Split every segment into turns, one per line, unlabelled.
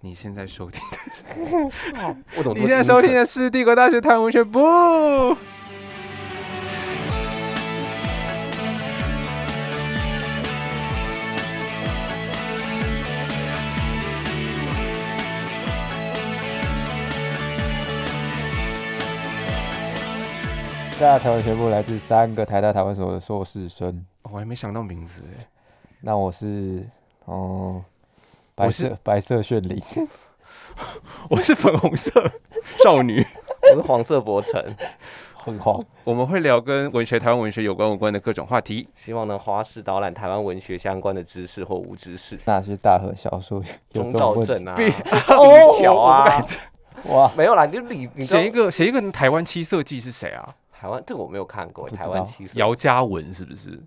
你现在收听的是，
我懂。
你现在收听的是帝国大学谈文学部。
大台湾学部来自三个台大台湾所的硕士生。
我还没想到名字哎，
那我是哦，
我
白
是
色白色炫灵，
我是粉红色少女。
我是黄色博成，
很黄。
我们会聊跟文学、台湾文学有关无关的各种话题。
希望能花式导览台湾文学相关的知识或无知识。
那些大河小说有
钟
这种
兆
问题哦
镇啊，
必
李乔啊，
哇？
没有啦，你就李，你知道
写一个写一个台湾七色记是谁啊？
台湾这个我没有看过，
不知
台
道
湾七色
姚嘉文是不是？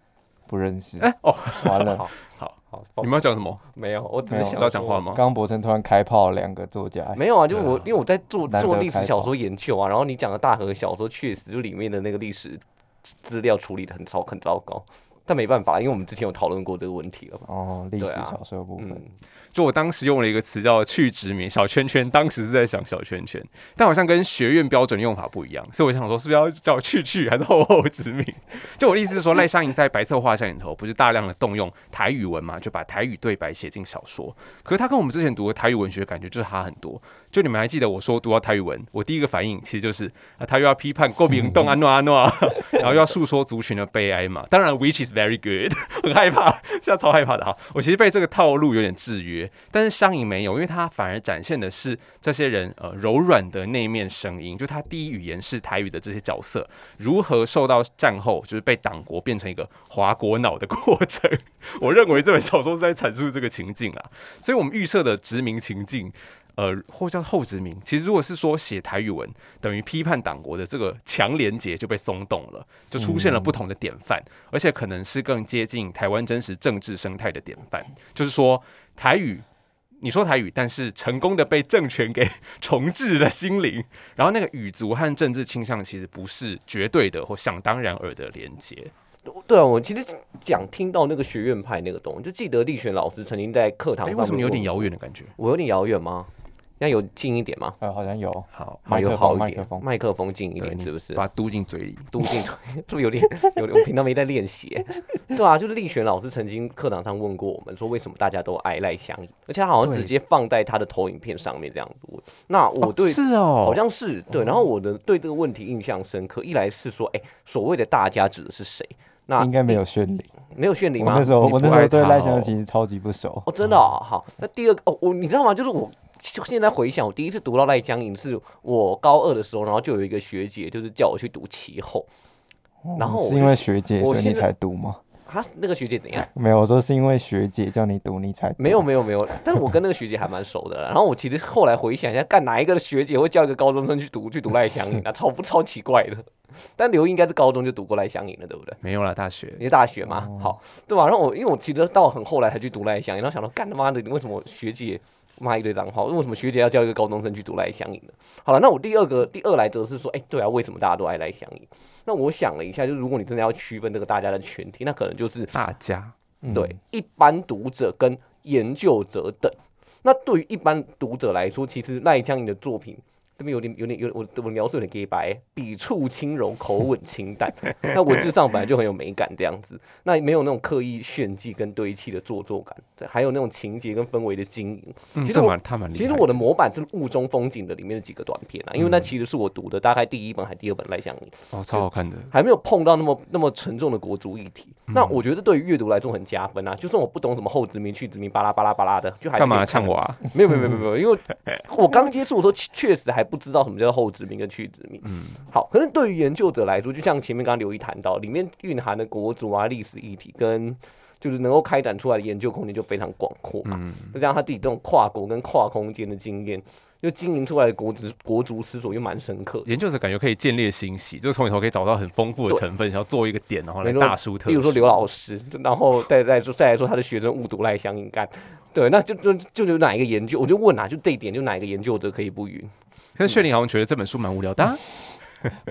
不认 识，
哎、哦，
完了。
好，
你
抱
们要讲什么？
没有，我只
没
是
有
想
要讲话
说？
吗？
刚博成突然开炮，两个作家，
没有啊，就
对啊
我因为我在做
难得
做历史
开
小
炮
说研究啊，然后你讲的大河小说确实就里面的那个历史资料处理的很糟很糟糕，但没办法，因为我们之前有讨论过这个问题了嘛。
哦，历史
对啊
小说部分
嗯，
就我当时用了一个词叫“去殖民小圈圈”，当时是在想小圈圈，但好像跟学院标准用法不一样，所以我想说是不是要叫“去去”还是“厚厚殖民”？就我的意思是说，赖香吟在《白色画像》里头不是大量的动用台语文嘛，就把台语对白写进小说。可是他跟我们之前读的台语文学感觉就是差很多。就你们还记得我说读到台语文，我第一个反应其实就是啊，他又要批判国民动安诺安诺， 然后又要诉说族群的悲哀嘛。当然，which is very good，很害怕，现在超害怕的哈。我其实被这个套路有点制约，但是商颖没有，因为他反而展现的是这些人呃柔软的那一面声音，就他第一语言是台语的这些角色如何受到战后就是被党国变成一个华国脑的过程。 我认为这本小说是在阐述这个情境啊，所以我们预设的殖民情境。呃，或叫后殖民，其实如果是说写台语文，等于批判党国的这个强连结就被松动了，就出现了不同的典范，而且可能是更接近台湾真实政治生态的典范。就是说，台语，你说台语，但是成功的被政权给重置了心灵，然后那个语族和政治倾向其实不是绝对的或想当然尔的连结。
对啊，我其实讲听到那个学院派那个东西，就记得立璇老师曾经在课堂
哎，
上，
为什么你有点？遥远的感觉？
我有点遥远吗？那有近一点吗？
呃，好像有，
好，
麦克风
有好
麦
一
克
点
风，
麦克风近一
对
点，
你
是不是？
把它嘟进嘴里。
都进， 是不是有点有点？我平常没在练习耶，对啊，就是立璇老师曾经课堂上问过我们说，为什么大家都爱赖香吟，而且他好像
对
直接放在他的投影片上面这样子问。那我对、
哦是哦，
好像是对，然后我的对这个问题印象深刻，一来是说，哎、所谓的大家指的是谁？那
应该没有炫灵。
没有炫灵
我
吗？
那时
你
候我
不
那时
爱
候对
他
赖香
哦
吟其实超级不熟，
哦，真的、哦、好。那第二个哦，我你知道吗？就是我就现在回想，我第一次读到赖江吟是我高二的时候，然后就有一个学姐就是叫我去读其后，哦然后我
嗯是因
就
为学姐
我
所以你
现在
才读吗？
她啊那个学姐怎样？
没有，我说是因为学姐叫你读你才读
没有没有没有，但是我跟那个学姐还蛮熟的啦。然后我其实后来回想一下，干哪一个学姐会叫一个高中生去读去读赖香吟啊？超不超奇怪的？ 但刘毅应该是高中就读过赖香吟了，对不对？
没有啦，大学
你是大学嘛，好，对吧？然后我因为我其实到很后来才去读赖香吟，然后想到干他妈的，你为什么学姐骂一堆脏话？为什么学姐要叫一个高中生去读赖香吟呢？好了，那我第二个第二来则是说，哎、对啊，为什么大家都爱赖香吟？那我想了一下，就是如果你真的要区分这个大家的群体，那可能就是
大家
嗯
对一般读者跟研究者等。那对于一般读者来说，其实赖江吟的作品这边有点、有点、有点我我描述有点 gay 白，笔触轻柔，口吻清 淡，那文字上本来就很有美感这样子，那没有那种刻意炫技跟堆砌的做作感，还有那种情节跟氛围的经营。
嗯，
其实
这
我
蛮他蛮厉害
其实我的模板是《雾中风景》的里面的几个短片啊，因为那其实是我读的大概第一本还第二本赖香吟。
哦超好看的，
还没有碰到那么那么沉重的国足议题。
嗯
那我觉得对于阅读来说很加分啊！就算我不懂什么后殖民、去殖民、巴拉巴拉巴拉的，就还是
干嘛
可以
呛
看？
我啊？
没有没有没有没 有，因为我刚接触的时候确确实还不知道什么叫后殖民跟去殖民。
嗯
好，可能对于研究者来说，就像前面刚刚刘毅谈到，里面蕴含的国足啊、历史议题跟。就是能够开展出来的研究空间就非常广阔嘛，
嗯
再加上他自己这种跨国跟跨空间的经验，又经营出来的国足国足思索又蛮深刻的
研究者感觉可以建立新习，就从里头可以找到很丰富的
对
成分，然后做一个点，然后来
没错
大书特书。
例如说刘老师，然后再再说再来说他的学生误读赖香应干，对，那就就就有哪一个研究，我就问啊，就这一点，就哪一个研究者可以不允？
可是炫灵好像觉得这本书蛮无聊的啊，
嗯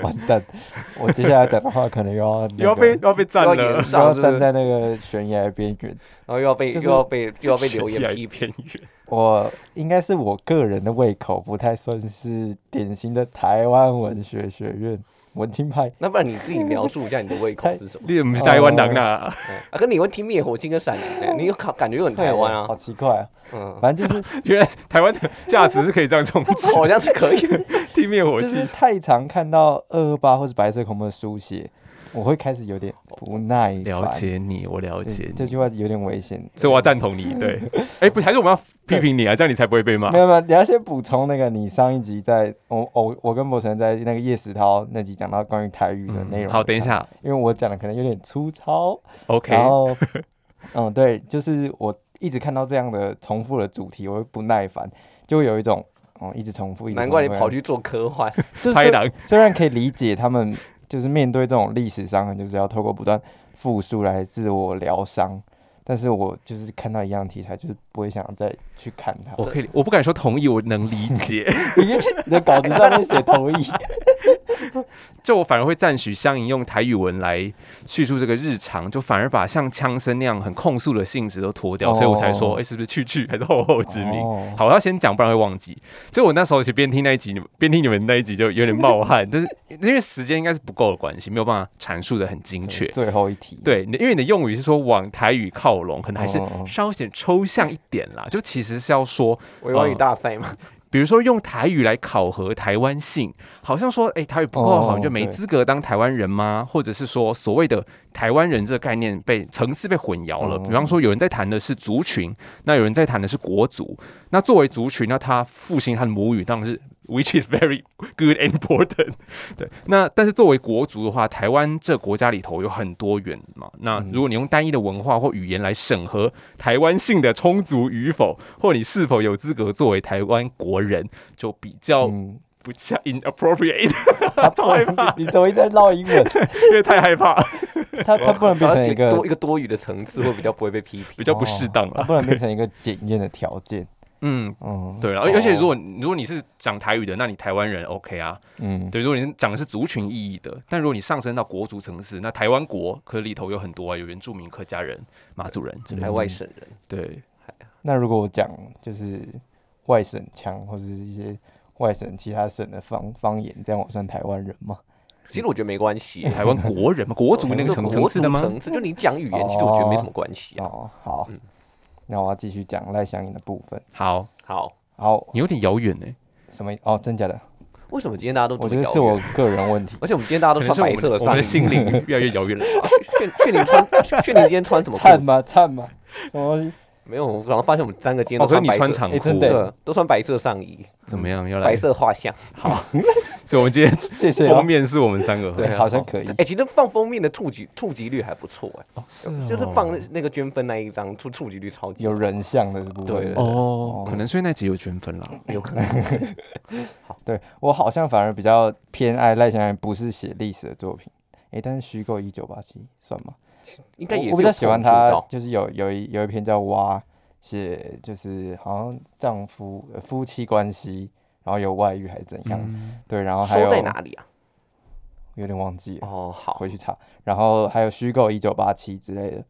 完蛋，我接下来讲的话可能又要
又要被
那
又要被占
又要
了
演，
个又要
上是不
站
是
在那个悬崖边缘。
然后又要被、
就 是
又要被又要被
被
留言批评，
远。
我我应该是我个人的胃口不太算是典型的台湾文学学院文青派，
那不然你自己描述一下你的胃口 是什么？
你不是台湾人呐、
嗯啊，跟你会听灭火器跟闪灵的，你有感感觉有很台湾啊
好？奇怪啊！
嗯，
反正就是
原来台湾的价值是可以这样充值，
好像是 可以。
地灭火
就是
器。
太常看到二二八或是白色恐怖的书写，我会开始有点不耐烦。
了解你，我了
对，
解
这
你，
句话有点危险。
所以我要赞同你。对，
嗯
哎、不，还是我们要批评你啊，这样你才不会被骂
没。有没有，你要先补充那个你上一集在我我我跟博成在那个叶石涛那集讲到关于台语的内容、
嗯好，等一，下
因为我讲的可能有点粗糙。
，OK，
然后，嗯，对，就是我一直看到这样的重复的主题，我会不耐烦，就会有一种哦、一直重复，一直
难怪你
重复
跑，去做科幻，
就是
拍
虽
档
虽然可以理解他们就是面对这种历史伤痕，就是要透过不断复述来自我疗伤，但是我就是看到一样题材，就是不会想再去看它。
我可以，我不敢说同意，我能理解，
你的稿子上面写同 意，
就我反而会赞许香盈用台语文来叙述这个日常，就反而把像枪声那样很控诉的性质都脱掉，
哦
所以我才说，哎、是不是去去还是后后之名？
哦
好，我要先讲，不然会忘记。所以我那时候其实边听那一集，你们边听你们那一集就有点冒汗，但是因为时间应该是不够的关系，没有办法阐述的很精确。
最后一题，，
对，你因为你的用语是说往台语靠拢，可能还是
哦哦哦
稍显抽象一点啦。就其实是要说，
维王语大赛
哦
嘛。
比如说用台语来考核台湾性，好像说，哎、台语不够好，
哦
你就没
对
资格当台湾人吗？或者是说，所谓的台湾人这个概念被层次被混淆了。
哦
比方说，有人在谈的是族群，那有人在谈的是国族。那作为族群，那他复兴他的母语当然是，which is very good and important。对， 那但是作为国族的话，台湾这国家里头有很多元嘛。那如果你用单一的文化或语言来审核台湾性的充足与否，或你是否有资格作为台湾国人，就比较
嗯，
不像 inappropriate，
他
超哦害怕
你怎么一直在唠英文？
因为太害怕，
他他不能变成一
然
个
后多一个多余的层次，会比较不会被批评。
比较不适当啊
哦它
了。
不能变成一个检验的条件。
嗯，
嗯，
对了，而而且如果如果你是讲台语的，那你台湾人 OK 啊。
嗯，
对，如果你讲的是族群意义的，但如果你上升到国族层次，那台湾国可里头有很多啊，有原住民、客家人、马祖人之类
嗯
还
的。
外省人，
对，
那如果我讲就是外省腔或者一些外省其他省的方方言，这样我算台湾人吗？
其实我觉得没关系。
嗯
啊
台湾国人嘛，国族那个层层
国
次
族
的吗？
层次就你讲语言，其实我觉得没什么关系啊。
哦，好，那我要继续讲赖香盈的部分。
好，
好，
好，
你有点遥远呢，
什么？哦，真假的？
为什么今天大家都这
我
么
觉得
遥
是我
远？
个人问
。
题
而且我们今天大家都
可能
穿
是我
白
们
色
的
的
我们
上
的
衣。
心灵越来越遥远了。
炫炫宁穿炫宁今天穿什么 裤
灿
子？
吗？灿吗？什么东西？
没有，我刚刚发现我们三个今天
哦，
都
可是
穿
你
白
穿
色，
长
诶
裤
真，的
对，都穿白色上衣，
怎么样？要来
白？色画像。
所以我们 今天
谢谢 哦
封。面是我们三个，
对，
啊
好像可以。
哎，其实放封面的触及触及率还不错
哦
哎，就是放那那个捐分那一张触触及率超级
有人像的是不
对
会的。
哦
哦，
可能所以那集有圈分了。
有可能。
对我好像反而比较偏爱赖香盈，不是写历史的作品。诶，但是虚构一九八七算吗？
应该也
我
是
我比较喜欢
有碰触
他
到，
就是有有一有一篇叫《蛙》，写就是好像丈夫、呃夫妻关系，然后有外遇还是怎样？对，然后还有
嗯收在哪里啊？
有点忘记了，
哦，好，
回去查。然后还有虚构一九八七之类的，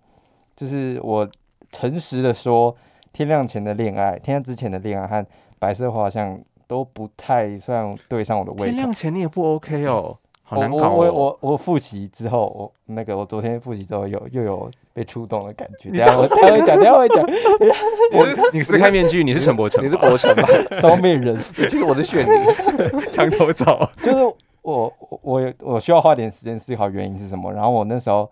就是我诚实的说，天亮前的恋爱、天亮之前的恋爱和白色画像都不太算对上我的胃
天
口。
亮前你也不 OK 哦，好难搞
我我
哦。
我我复习之后，我那个我昨天复习之后有又有被触动的感觉。
你
等一下我待会讲，等一下我会讲。
我你撕开面具，你是陈柏
你
成
是
吧，
国城吧？
双面人，
其实我是炫宁。
墙头草。
就是我我我有我需要花点时间思考原因是什么。然后我那时候，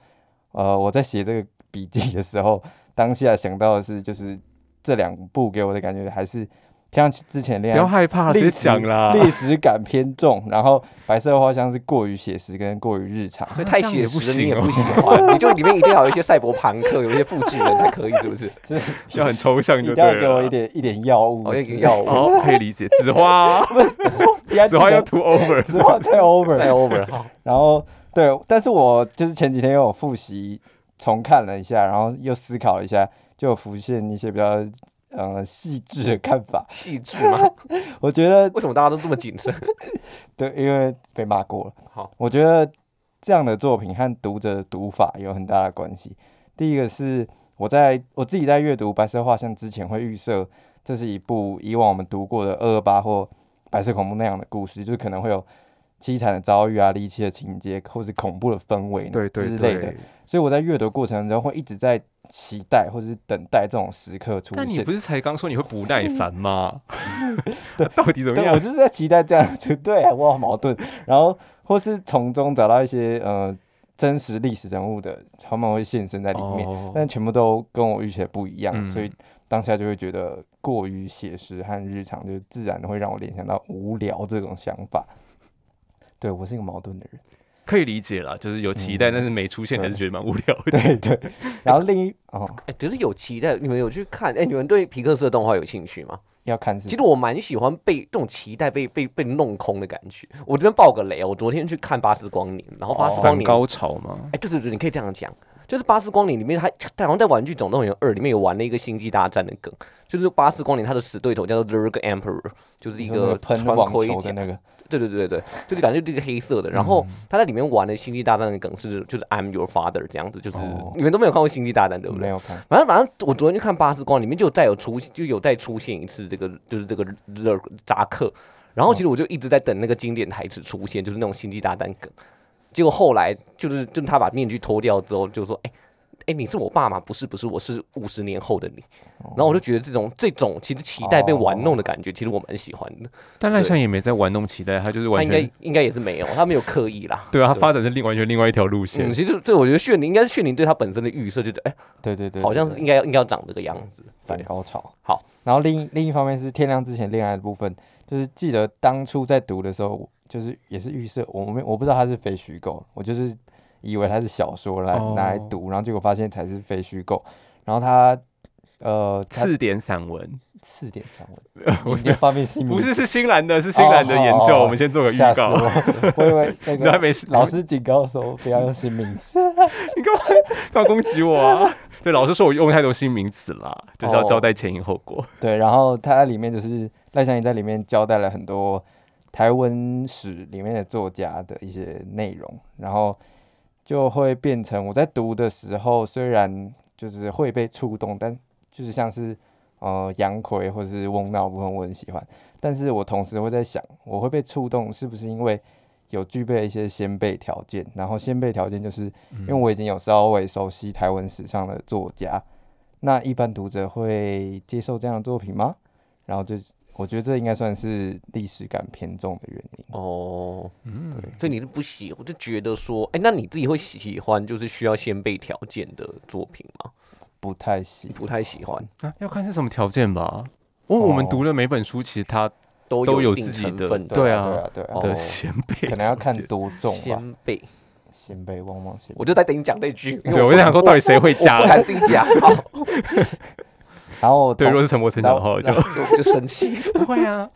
呃，我在写这个笔记的时候，当下想到的是，就是这两部给我的感觉还是像之前
不
恋
要
爱。
害怕，直接
历史
讲啦。
历史感偏重，然后白色花香是过于写实跟过于日常，
所以太
这样
写
也不
实了，你也
行哦
不喜欢，你 就里面一定要有一些赛博朋克，有一些复制人才可以，是不是？
就是
要很抽象
一
就对
定要
了。
给我一点一点药物
哦，
之
要
类
给
的，
要我
哦，可以理解。紫 花，
不要
紫花
记得
要 too over，
紫花太 over，
带 over 哈。
然后对，但是我就是前几天又有复习重看了一下，然后又思考了一下，就有浮现一些比较呃细致的看法。
细致吗？
我觉得
为什么大家都这么谨慎？
对，因为被骂过了。
好，
我觉得这样的作品和读者的读法有很大的关系。第一个是我在我自己在阅读《白色画像》之前，会预设这是一部以往我们读过的二二八或白色恐怖那样的故事，就是可能会有凄惨的遭遇啊、离奇的情节，或是恐怖的氛围
对对
之类的
对。。
所以我在阅读过程中会一直在期待或者是等待这种时刻出
但你
现
不。是才刚说你会不耐烦吗？ 到底怎么
对，我
样？
就是在期待这样子， 对我好矛盾。然后或是从中找到一些呃真实历史人物的，他们会现身在里面，
哦
但全部都跟我预期的不一样，
嗯
所以当下就会觉得过于写实和日常，就自然会让我联想到无聊这种想法。对我是一个矛盾的 人，
可以理解啦，就是有期待，
嗯
但是没出现，还是觉得蛮无聊的。
对对。然后另一哦，
哎，可是有期待，你们有去看？哎，你们对皮克斯的动画有兴趣吗？
要看是
其实我蛮喜欢被这种期待被被被弄空的感觉。我这边爆个雷哦，我昨天去看《巴斯光年》，然后《巴斯
哦
哦
光
反
年》
高潮吗？
哎，对对对，你可以这样讲，就是《巴斯光年》里面他，他好像在《玩具总动员二》里面有玩了一个《星际大战》的梗，就是《巴斯光年》他的死对头叫做 Zerg Emperor，就是一
你说那
个
喷
穿
网
盔
球
甲
的，那个，
对对对对，就是感觉这个黑色的。然
嗯
后他在里面玩的《星际大战》的梗是就是 I'm your father 这样子，就是、
哦
你们都没有看过《星际大战》对不
嗯没
对？
有看。
反正反正我昨天去看《巴斯光》，里面就再有出就有再出现一次这个就是这个热扎克，然后其实我就一直在等那个经典台词出现，就是那种星际大战梗。结果后来就是就是他把面具脱掉之后，就说：“哎、哎、你是我爸吗？不是不是，我是五十年后的你。”然后我就觉得这种这种其实期待被玩弄的感觉，其实我蛮喜欢的。
但赖香也没在玩弄期待，他就是
他
完
应该
全
应该也是没有，他没有刻意啦。
对啊，他
对
发展是另完全另外一条路线
嗯，。其实这我觉得炫灵应该是炫灵对他本身的预设，就是哎、
对对对，
好像
对
是应该要应该要长这个样子。
反高潮。
好，
然后另一另一方面是天亮之前恋爱的部分，就是记得当初在读的时候，就是也是预设，我没我不知道它是非虚构，我就是以为它是小说来、
哦
拿来读，然后结果发现才是非虚构。然后它呃，它
次点散文，
次点散文，
我
你就方便姓名
不是是新兰的，是新兰的研究。
嗯哦哦
我们先做个预
吓 死
告。
我，我以为那
你还没
个老师警告说不要用新名字，
你干嘛 干嘛攻击我 啊？对，老师说我用太多新名词啦，就是要
哦
交代前因后果。
对，然后它在里面就是赖香吟在里面交代了很多台湾史里面的作家的一些内容，然后就会变成我在读的时候，虽然就是会被触动，但就是像是呃杨奎或是翁闹部分我很喜欢，但是我同时会在想，我会被触动是不是因为有具备一些先辈条件，然后先辈条件就是因为我已经有稍微熟悉台湾史上的作家，那一般读者会接受这样的作品吗？然后就我觉得这应该算是历史感偏重的原因。
哦，
嗯，
所以你是不喜，我就觉得说，哎、那你自己会喜欢就是需要先备条件的作品吗？
不太
你
喜
不太喜欢，
啊，要看是什么条件吧。因为我们读的每本书，其实它
都
都有
一定
自己
成
的
分的
对
啊，
啊
对啊，对啊，
哦
的先辈
可能要看
条件
多重吧。
先备。
先辈汪汪先辈
我就在等你讲那句，因为
对，我就想说，到底谁会加
我不？敢自己讲，哦好
然后 我
对，
同
若是沉默成长的话，我就
我就生气。
不会啊。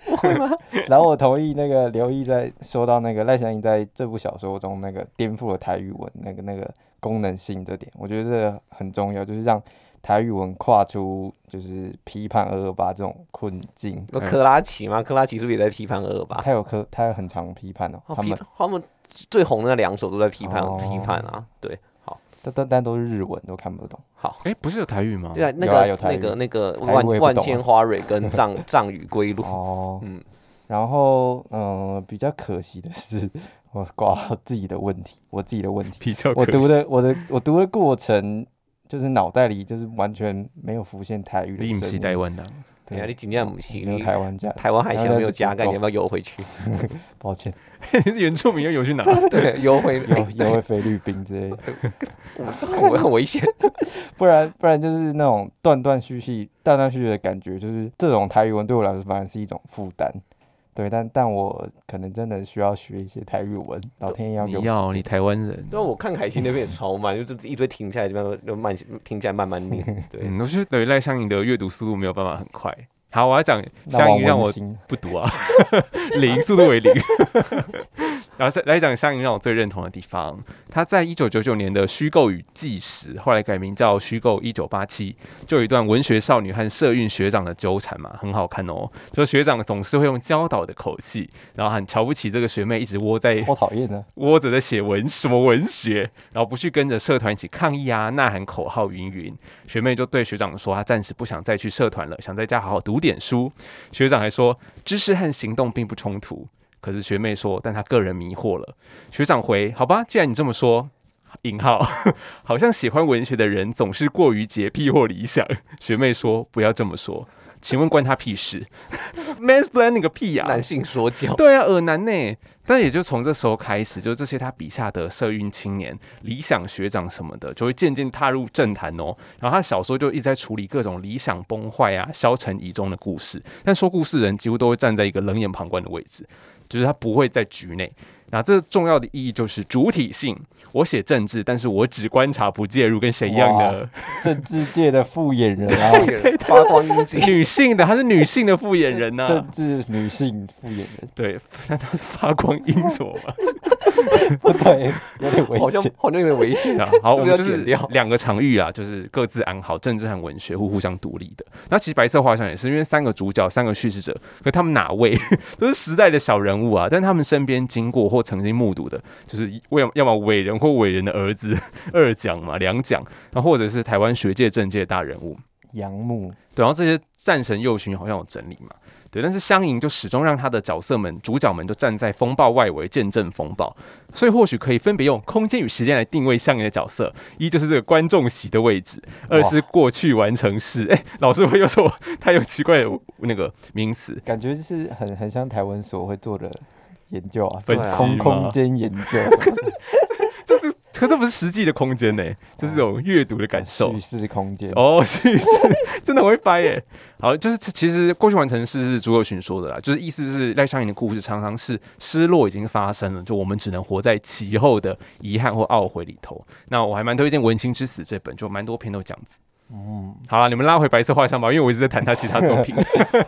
然后我同意那个刘毅在说到那个赖香吟在这部小说中那个颠覆了台语文那个那个功能性这点，我觉得这很重要，就是让台语文跨出就是批判二二八这种困境。
那克拉奇嘛，克拉奇是不是也在批判二吧？
他有科，他有很常批判哦，
哦
他
批
们
他们最红的那两首都在批判、
哦
批判啊，对，好，
但但但都是日文，都看不懂。
好。
哎，不是有台语吗？
对啊，那
有啊有
个、
台
那
语
个、那个
台语
万
我也不
万
懂啊
千花蕊 跟藏藏语归路，
哦，
嗯
然后嗯、呃比较可惜的是，我挂号自己的问题，我自己的问 题。
比较
我
可
读
惜
的我的我读的过程，就是脑袋里就是完全没有浮现台语
你
的
不
声
是
音。
台湾人，啊
等一哎下你
对，哦
今天不是
没有
你
台湾价值，
台湾海峡
然后
没有
就是
加盖，你要
Google，
不要游回去？
抱歉，
你是原住民又啊游去哪？
对，游 回
有有会菲律宾之类的，
我很危险。
不然不然就是那种断断续续、断断续续的感觉，就是这种台语文对我来说反而是一种负担。对，但但我可能真的需要学一些台语文，老天爷要给
你
我
要
时
你
间
台湾人。
对啊，我看凯西那边也超慢，就是一堆停下来，这边就慢停下来慢慢念。对，
嗯，我觉得等于赖香盈的阅读速度没有办法很快。好，我要讲
那么
香盈让
温
我
馨
不读啊，零速度为零。 然后再来讲上映让我最认同的地方，他在一九九九年的《虚构与纪实》，后来改名叫《虚构一九八七》，就有一段文学少女和社运学长的纠缠嘛，很好看哦。就学长总是会用教导的口气，然后很瞧不起这个学妹，一直窝在
好讨厌呢。
窝着在写文什么文学，然后不去跟着社团一起抗议啊、呐喊口号云云。学妹就对学长说，她暂时不想再去社团了，想在家好好读点书。学长还说，知识和行动并不冲突。可是学妹说，但她个人迷惑了。学长回，好吧，既然你这么说。引号， 好像喜欢文学的人总是过于洁癖或理想。学妹说：“不要这么说，请问关他屁事 ？mansplaining 个屁呀、
男性说教。
对啊，耳男呢？但也就从这时候开始，就这些他笔下的社运青年、理想学长什么的，就会渐渐踏入政坛哦。然后他小说就一直在处理各种理想崩坏啊、消沉以终的故事，但说故事人几乎都会站在一个冷眼旁观的位置，就是他不会在局内。那这重要的意义就是主体性。我写政治，但是我只观察不介入，跟谁一样的
政治界 的复眼人啊，
发光阴 茎，
女性的，她是女性的复眼
啊
人呐、啊
政治女性复眼人，
对， 那她是发光因所嘛。
不对，有点危
好像
险。
好像有点危 险
对。 啊，好，
这
我
个
们
要
就是
剪掉
两个场域啊，就是各自安好，政治和文学互互相独立的。那其实白色画像也是，因为三个主角、三个叙事者，可他们哪位 都是时代的小人物啊，但他们身边经过或曾经目睹的，就是要要么伟人或伟人的儿子 二蒋嘛、两蒋，然后或者是台湾学界、政界大人物。
杨牧
对，然后这些战神右勋好像有整理嘛，对，但是湘营就始终让他的角色们、主角们都站在风暴外围见证风暴，所以或许可以分别用空间与时间来定位湘营的角色，一就是这个观众席的位置，二是过去完成式。哎，老师会又说他有奇怪的那个名词，
感觉就是很很像台文所会做的研究啊，
分
对啊
析
空空
吗
间研究，
这是可这不是实际的空间呢、这是一种阅读的感受
叙。事空间。
哦， 是是，真的很会掰耶。好，就是其其实过去完成式是朱友群说的啦，就是意思是赖香盈的故事常常是失落已经发生了，就我们只能活在其后的遗憾或懊悔里头。那我还蛮推荐《文青之死》这本，就蛮多篇都这样子。
哦
嗯，
好了，你们拉回白色画像吧，因为我一直在谈他其他作 品。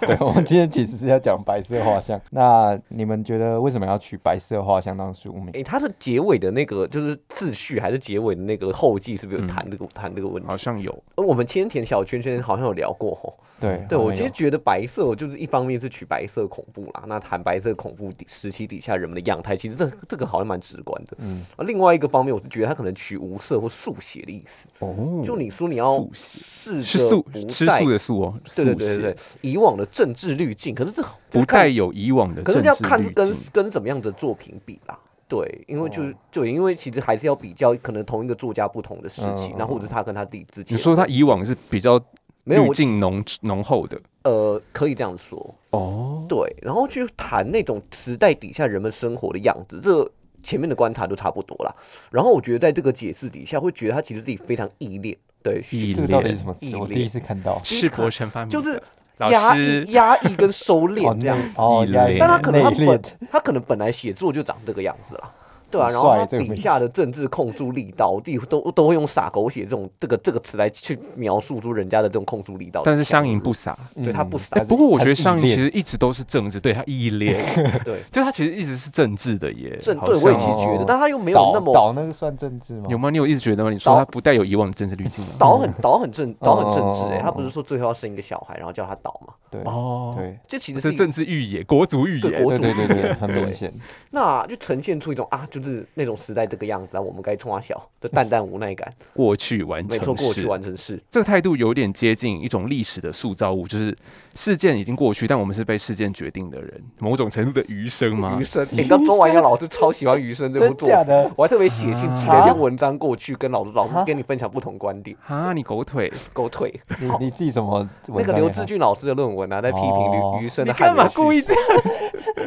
对，我们今天其实是要讲白色画像。那你们觉得为什么要取白色画像当书名？
诶，它是结尾的那个，就是自序还是结尾的那个后记，是不是有谈这个谈这个问题
好？像 有，
而我们先前小圈圈好像有聊过吼。
对，
对，我
没
其
有
实觉得白色，我就是一方面是取白色恐怖啦，那谈白色恐怖底时期底下人们的样态，其实这这个好像蛮直观的。
嗯
而另外一个方面，我是觉得它可能取无色或速写的意思。
哦
就你说你要
速写
试
是
着
素
不
吃
带
素的素哦，
对对对
素写
对对，以往的政治滤镜，可是这
不
太。
带有以往的
可是
政
要
治
看是
滤
跟
镜。哦
跟怎么样的作品比啦。对，因为就是、对，因为其实还是要比较，可能同一个作家不同的时期，
嗯
然后或者是他跟他自己之间。
你说他以往是比较
没有
滤
我其
镜浓浓厚的
呃，可以这样说，
哦，
对，然后去谈那种时代底下人们生活的样子，这前面的观察都差不多啦。然后我觉得在这个解释底下，会觉得他其实自己非常依恋，对，
依
这个到底
恋
是什么
一
词？我
列
第一次看到。
世博成发明的
就是
老
压抑、
师
压抑跟收敛这样子。
哦，
一
原来
列
但他可能他
内敛
本他可能本来写作就长这个样子啦，对啊，
很
然后
帅
他
这个名
笔
字
下的政治控诉力道，我弟都都会用撒狗血这种这个这个词来去描述出人家的这种控诉力道。
但是香盈不傻。
对他不
嗯
傻
哎、
哦还是
不过我觉得
依
上一
恋
其实一直都是政治，对他依恋，
对
就他其实一直是政治的耶。
政
哎嗯好
对
像
我也其实觉得
哦，
但他又没有
岛
那么
岛那个算政治吗？
有吗？你有一直觉得吗？你说
导
他不带有以往的政治滤镜吗？
倒很倒很正倒很正直
嗯哦哦哦
哎，
哦
他不是说最后要生一个小孩，然后叫他倒嘛？
对
哦，，
对
这其实
这
是一
政治预言，国族预
对
言
国。我
对
主义
对对对，很明显。
那就呈现出一种啊，就是那种时代这个样子啊，我们该冲啊小 的淡淡无奈感，
过去完
没错，
成
过
式
去，完成式。
这个态度有点接近一种历史的塑造物，就是事件已经过去，但我们是被事件决定的人，某种程度的余生吗
余？生，欸你知道周婉阳老师超喜欢余生这部作
啊真假
品
的，
我还特别写信寄了一篇文章过去，跟老师老师
啊
跟你分享不同观点，
哈，你狗腿，
狗 腿。
你你记什么文章给
那
他？
个刘志俊老师的论文啊，在批评
哦
余余生
你
的汉
干
人
嘛
叙事
故意这样？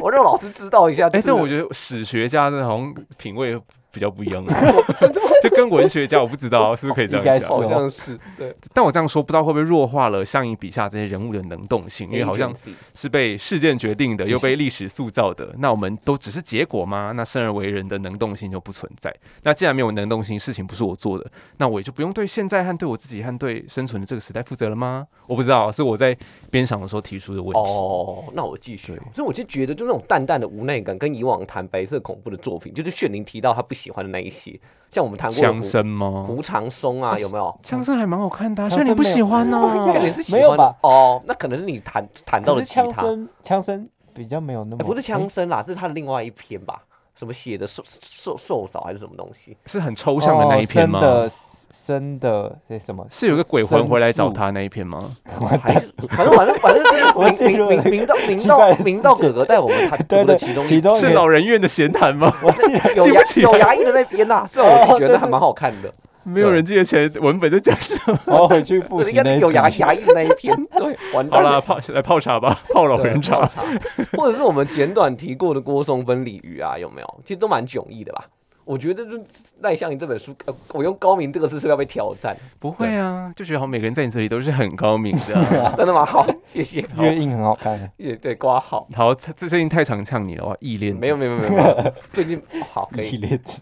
我让老师知道一下。
哎、
就是
但我觉得史学家的好像品味比较不一 样了， 就跟文学家我不知道是不是可以这
应该
样
是哦
讲，
好像是对，
但我这样说不知道会不会弱化了上一笔下这些人物的能动性，因为好像
Agency
是被事件决定的，
是
又被历史塑造的。那我们都只是结果吗？那生而为人的能动性就不存在。那既然没有能动性，事情不是我做的，那我也就不用对现在和对我自己和对生存的这个时代负责了吗？我不知道，是我在编想的时候提出的问题。
哦，那我继续。所以我就觉得，就那种淡淡的无奈感，跟以往谈白色恐怖的作品，就是炫灵提到他不喜欢的那一些，像我们谈过的
枪
胡
声吗？
胡长松
哦
啊，有没有？
枪声还蛮好看的、啊，
枪
所以你
声
不
没有
喜欢呢、
炫灵是喜
没有
欢的
吧
哦，那可能是你谈谈到
可
了
是
其
枪
他，
声，枪声比较没有那么
哎不是枪
诶
声啦，是他的另外一篇吧？什么写的受受受少还是什么东西？
是很抽象的那一篇吗？
哦生的生的诶什么？
是有个鬼魂回来找
申诉
他那一篇吗？
还是反正反正反正
我
就是
进
明
入
明
了
明明到明
奇怪
到
的世
明到
界
哥哥带我们他
对
读
对，
的其中一
其中
是
一个
老人院的闲谈吗？
有
记
牙
不起来
有牙医的那边呐、虽然我觉得还蛮好看的，
没有人记得前文本在讲什么。
然后回去复
对，
习
应该
那一
有牙
集。
牙医的那一 篇，对，完
好
蛋
啦，
了。
泡来泡茶吧，泡老
对
人
泡
茶。
茶 或者是我们简短提过的郭松分鲤鱼啊，有没有？其实都蛮迥异的吧。我觉得就赖香吟这本书，呃，我用高明这个词是不是要被挑战，
不会啊，就觉得好像每个人在你这里都是很高明的 啊、
真的吗？好，谢谢，
月印很好看，
也对，挂好，
好，这最近太常呛你了，哇，依恋。
没有没有。没有，没 有最近好可
一
以，
列子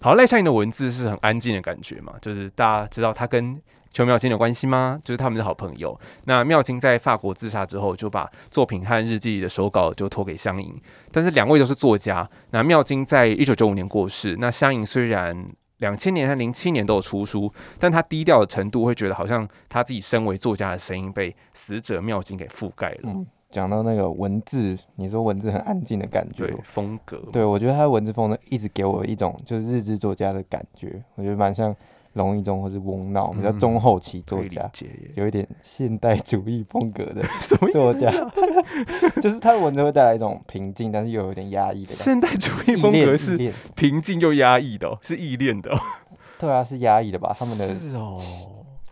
好，赖香吟的文字是很安静的感觉嘛，就是大家知道他跟邱妙金有关系吗？就是他们是好朋友。那妙金在法国自杀之后，就把作品和日记的手稿就托给香吟，但是两位都是作家。那妙金在一九九五年过世，那香吟虽然。两千年和零七年都有出书，但他低调的程度会觉得好像他自己身为作家的声音被死者妙金给覆盖了。
嗯，讲到那个文字，你说文字很安静的感觉
对，风格。
对，我觉得他的文字风呢，一直给我一种就是日志作家的感觉，我觉得蛮像龙一中或是翁闹，比较
嗯
中后期作
可以理
家，
解耶。
有一点现代主义风格的
什么意
作
思啊
家， 就是他的文字会带来一种平静，但是又有一点压抑的感觉。
现代主义
依
风
恋
格
依
是
恋
平静又压抑的、哦，是依恋的、哦。
对啊，是压抑的吧？他们的
是哦，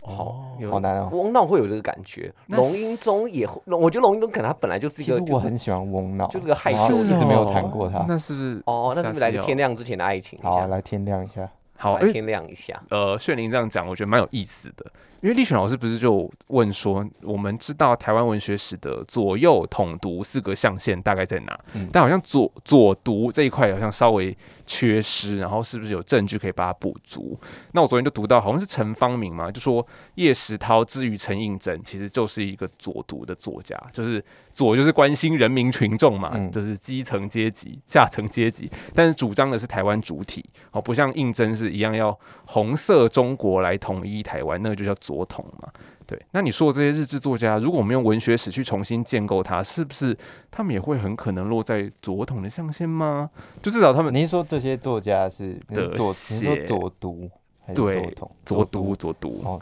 好，有
好难哦。
翁闹会有这个感觉，
那
龙英宗也会，我觉得龙英宗可能他本来就是一
其
个
实
就
我
是
很喜欢翁闹，
就这个害
然后
羞
一
的
直没有
哦
谈过他。
那是不是？
哦，那是
下
不
次
是来个
要
天亮之前的爱情一
好啊，
下？
来哎天亮一下。
好，因
来
为
天亮一下。
呃，炫灵这样讲，我觉得蛮有意思的。因为立选老师不是就问说，我们知道台湾文学史的左右统读四个象限大概在哪，
嗯
但好像左左读这一块好像稍微缺失，然后是不是有证据可以把它补足？那我昨天就读到，好像是陈方明嘛，就说叶石涛之于陈应真，其实就是一个左读的作家，就是左就是关心人民群众嘛，
嗯
就是基层阶级、下层阶级，但是主张的是台湾主体，哦，不像应征是一样要红色中国来统一台湾，那个就叫左统嘛。对，那你说的这些日志作家，如果我们用文学史去重新建构它，是不是他们也会很可能落在左统的象限吗？就至少他们
你是说这些作家是你是
的
左，你
写
是说左读还是
对
左统？
左哦读左读，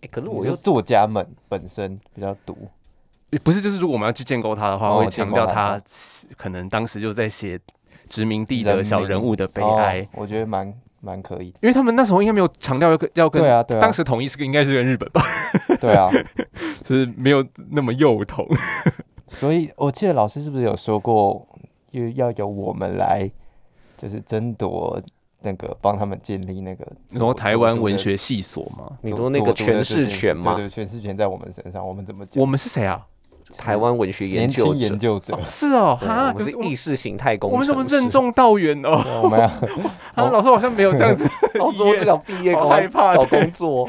哎，可是
你
我
说
又
作家们本身比较毒，
也不是，就是如果我们要去建构它的话，
哦
会强调
建构
他
它
可能当时就在写殖民地的小人物的悲
哦
哀，
我觉得蛮蛮可以的。
因为他们那时候应该没有强调要跟要跟
对啊，对啊，
当时统一是跟应该是跟日本吧，
对啊，
就是没有那么幼童。
所以我记得老师是不是有说过，又要由我们来，就是争夺那个帮他们建立那个
然后
左
台湾文，学系所吗？
你
左
说那个
左读的
诠
这
释
件事
权嘛，
对对，诠释权在我们身上，我们怎么讲
我们是谁啊？
台湾文学研
年
究
轻
者
研，究者，
是哦，
对
哈，
我们是
有
意识形态工
我
程
们
师。
怎么任重道远哦？
对我们要
啊，老师好像没有这 样子的
到
意
时候
愿
这想毕 业，
好
赶快
害怕
找
对
工作。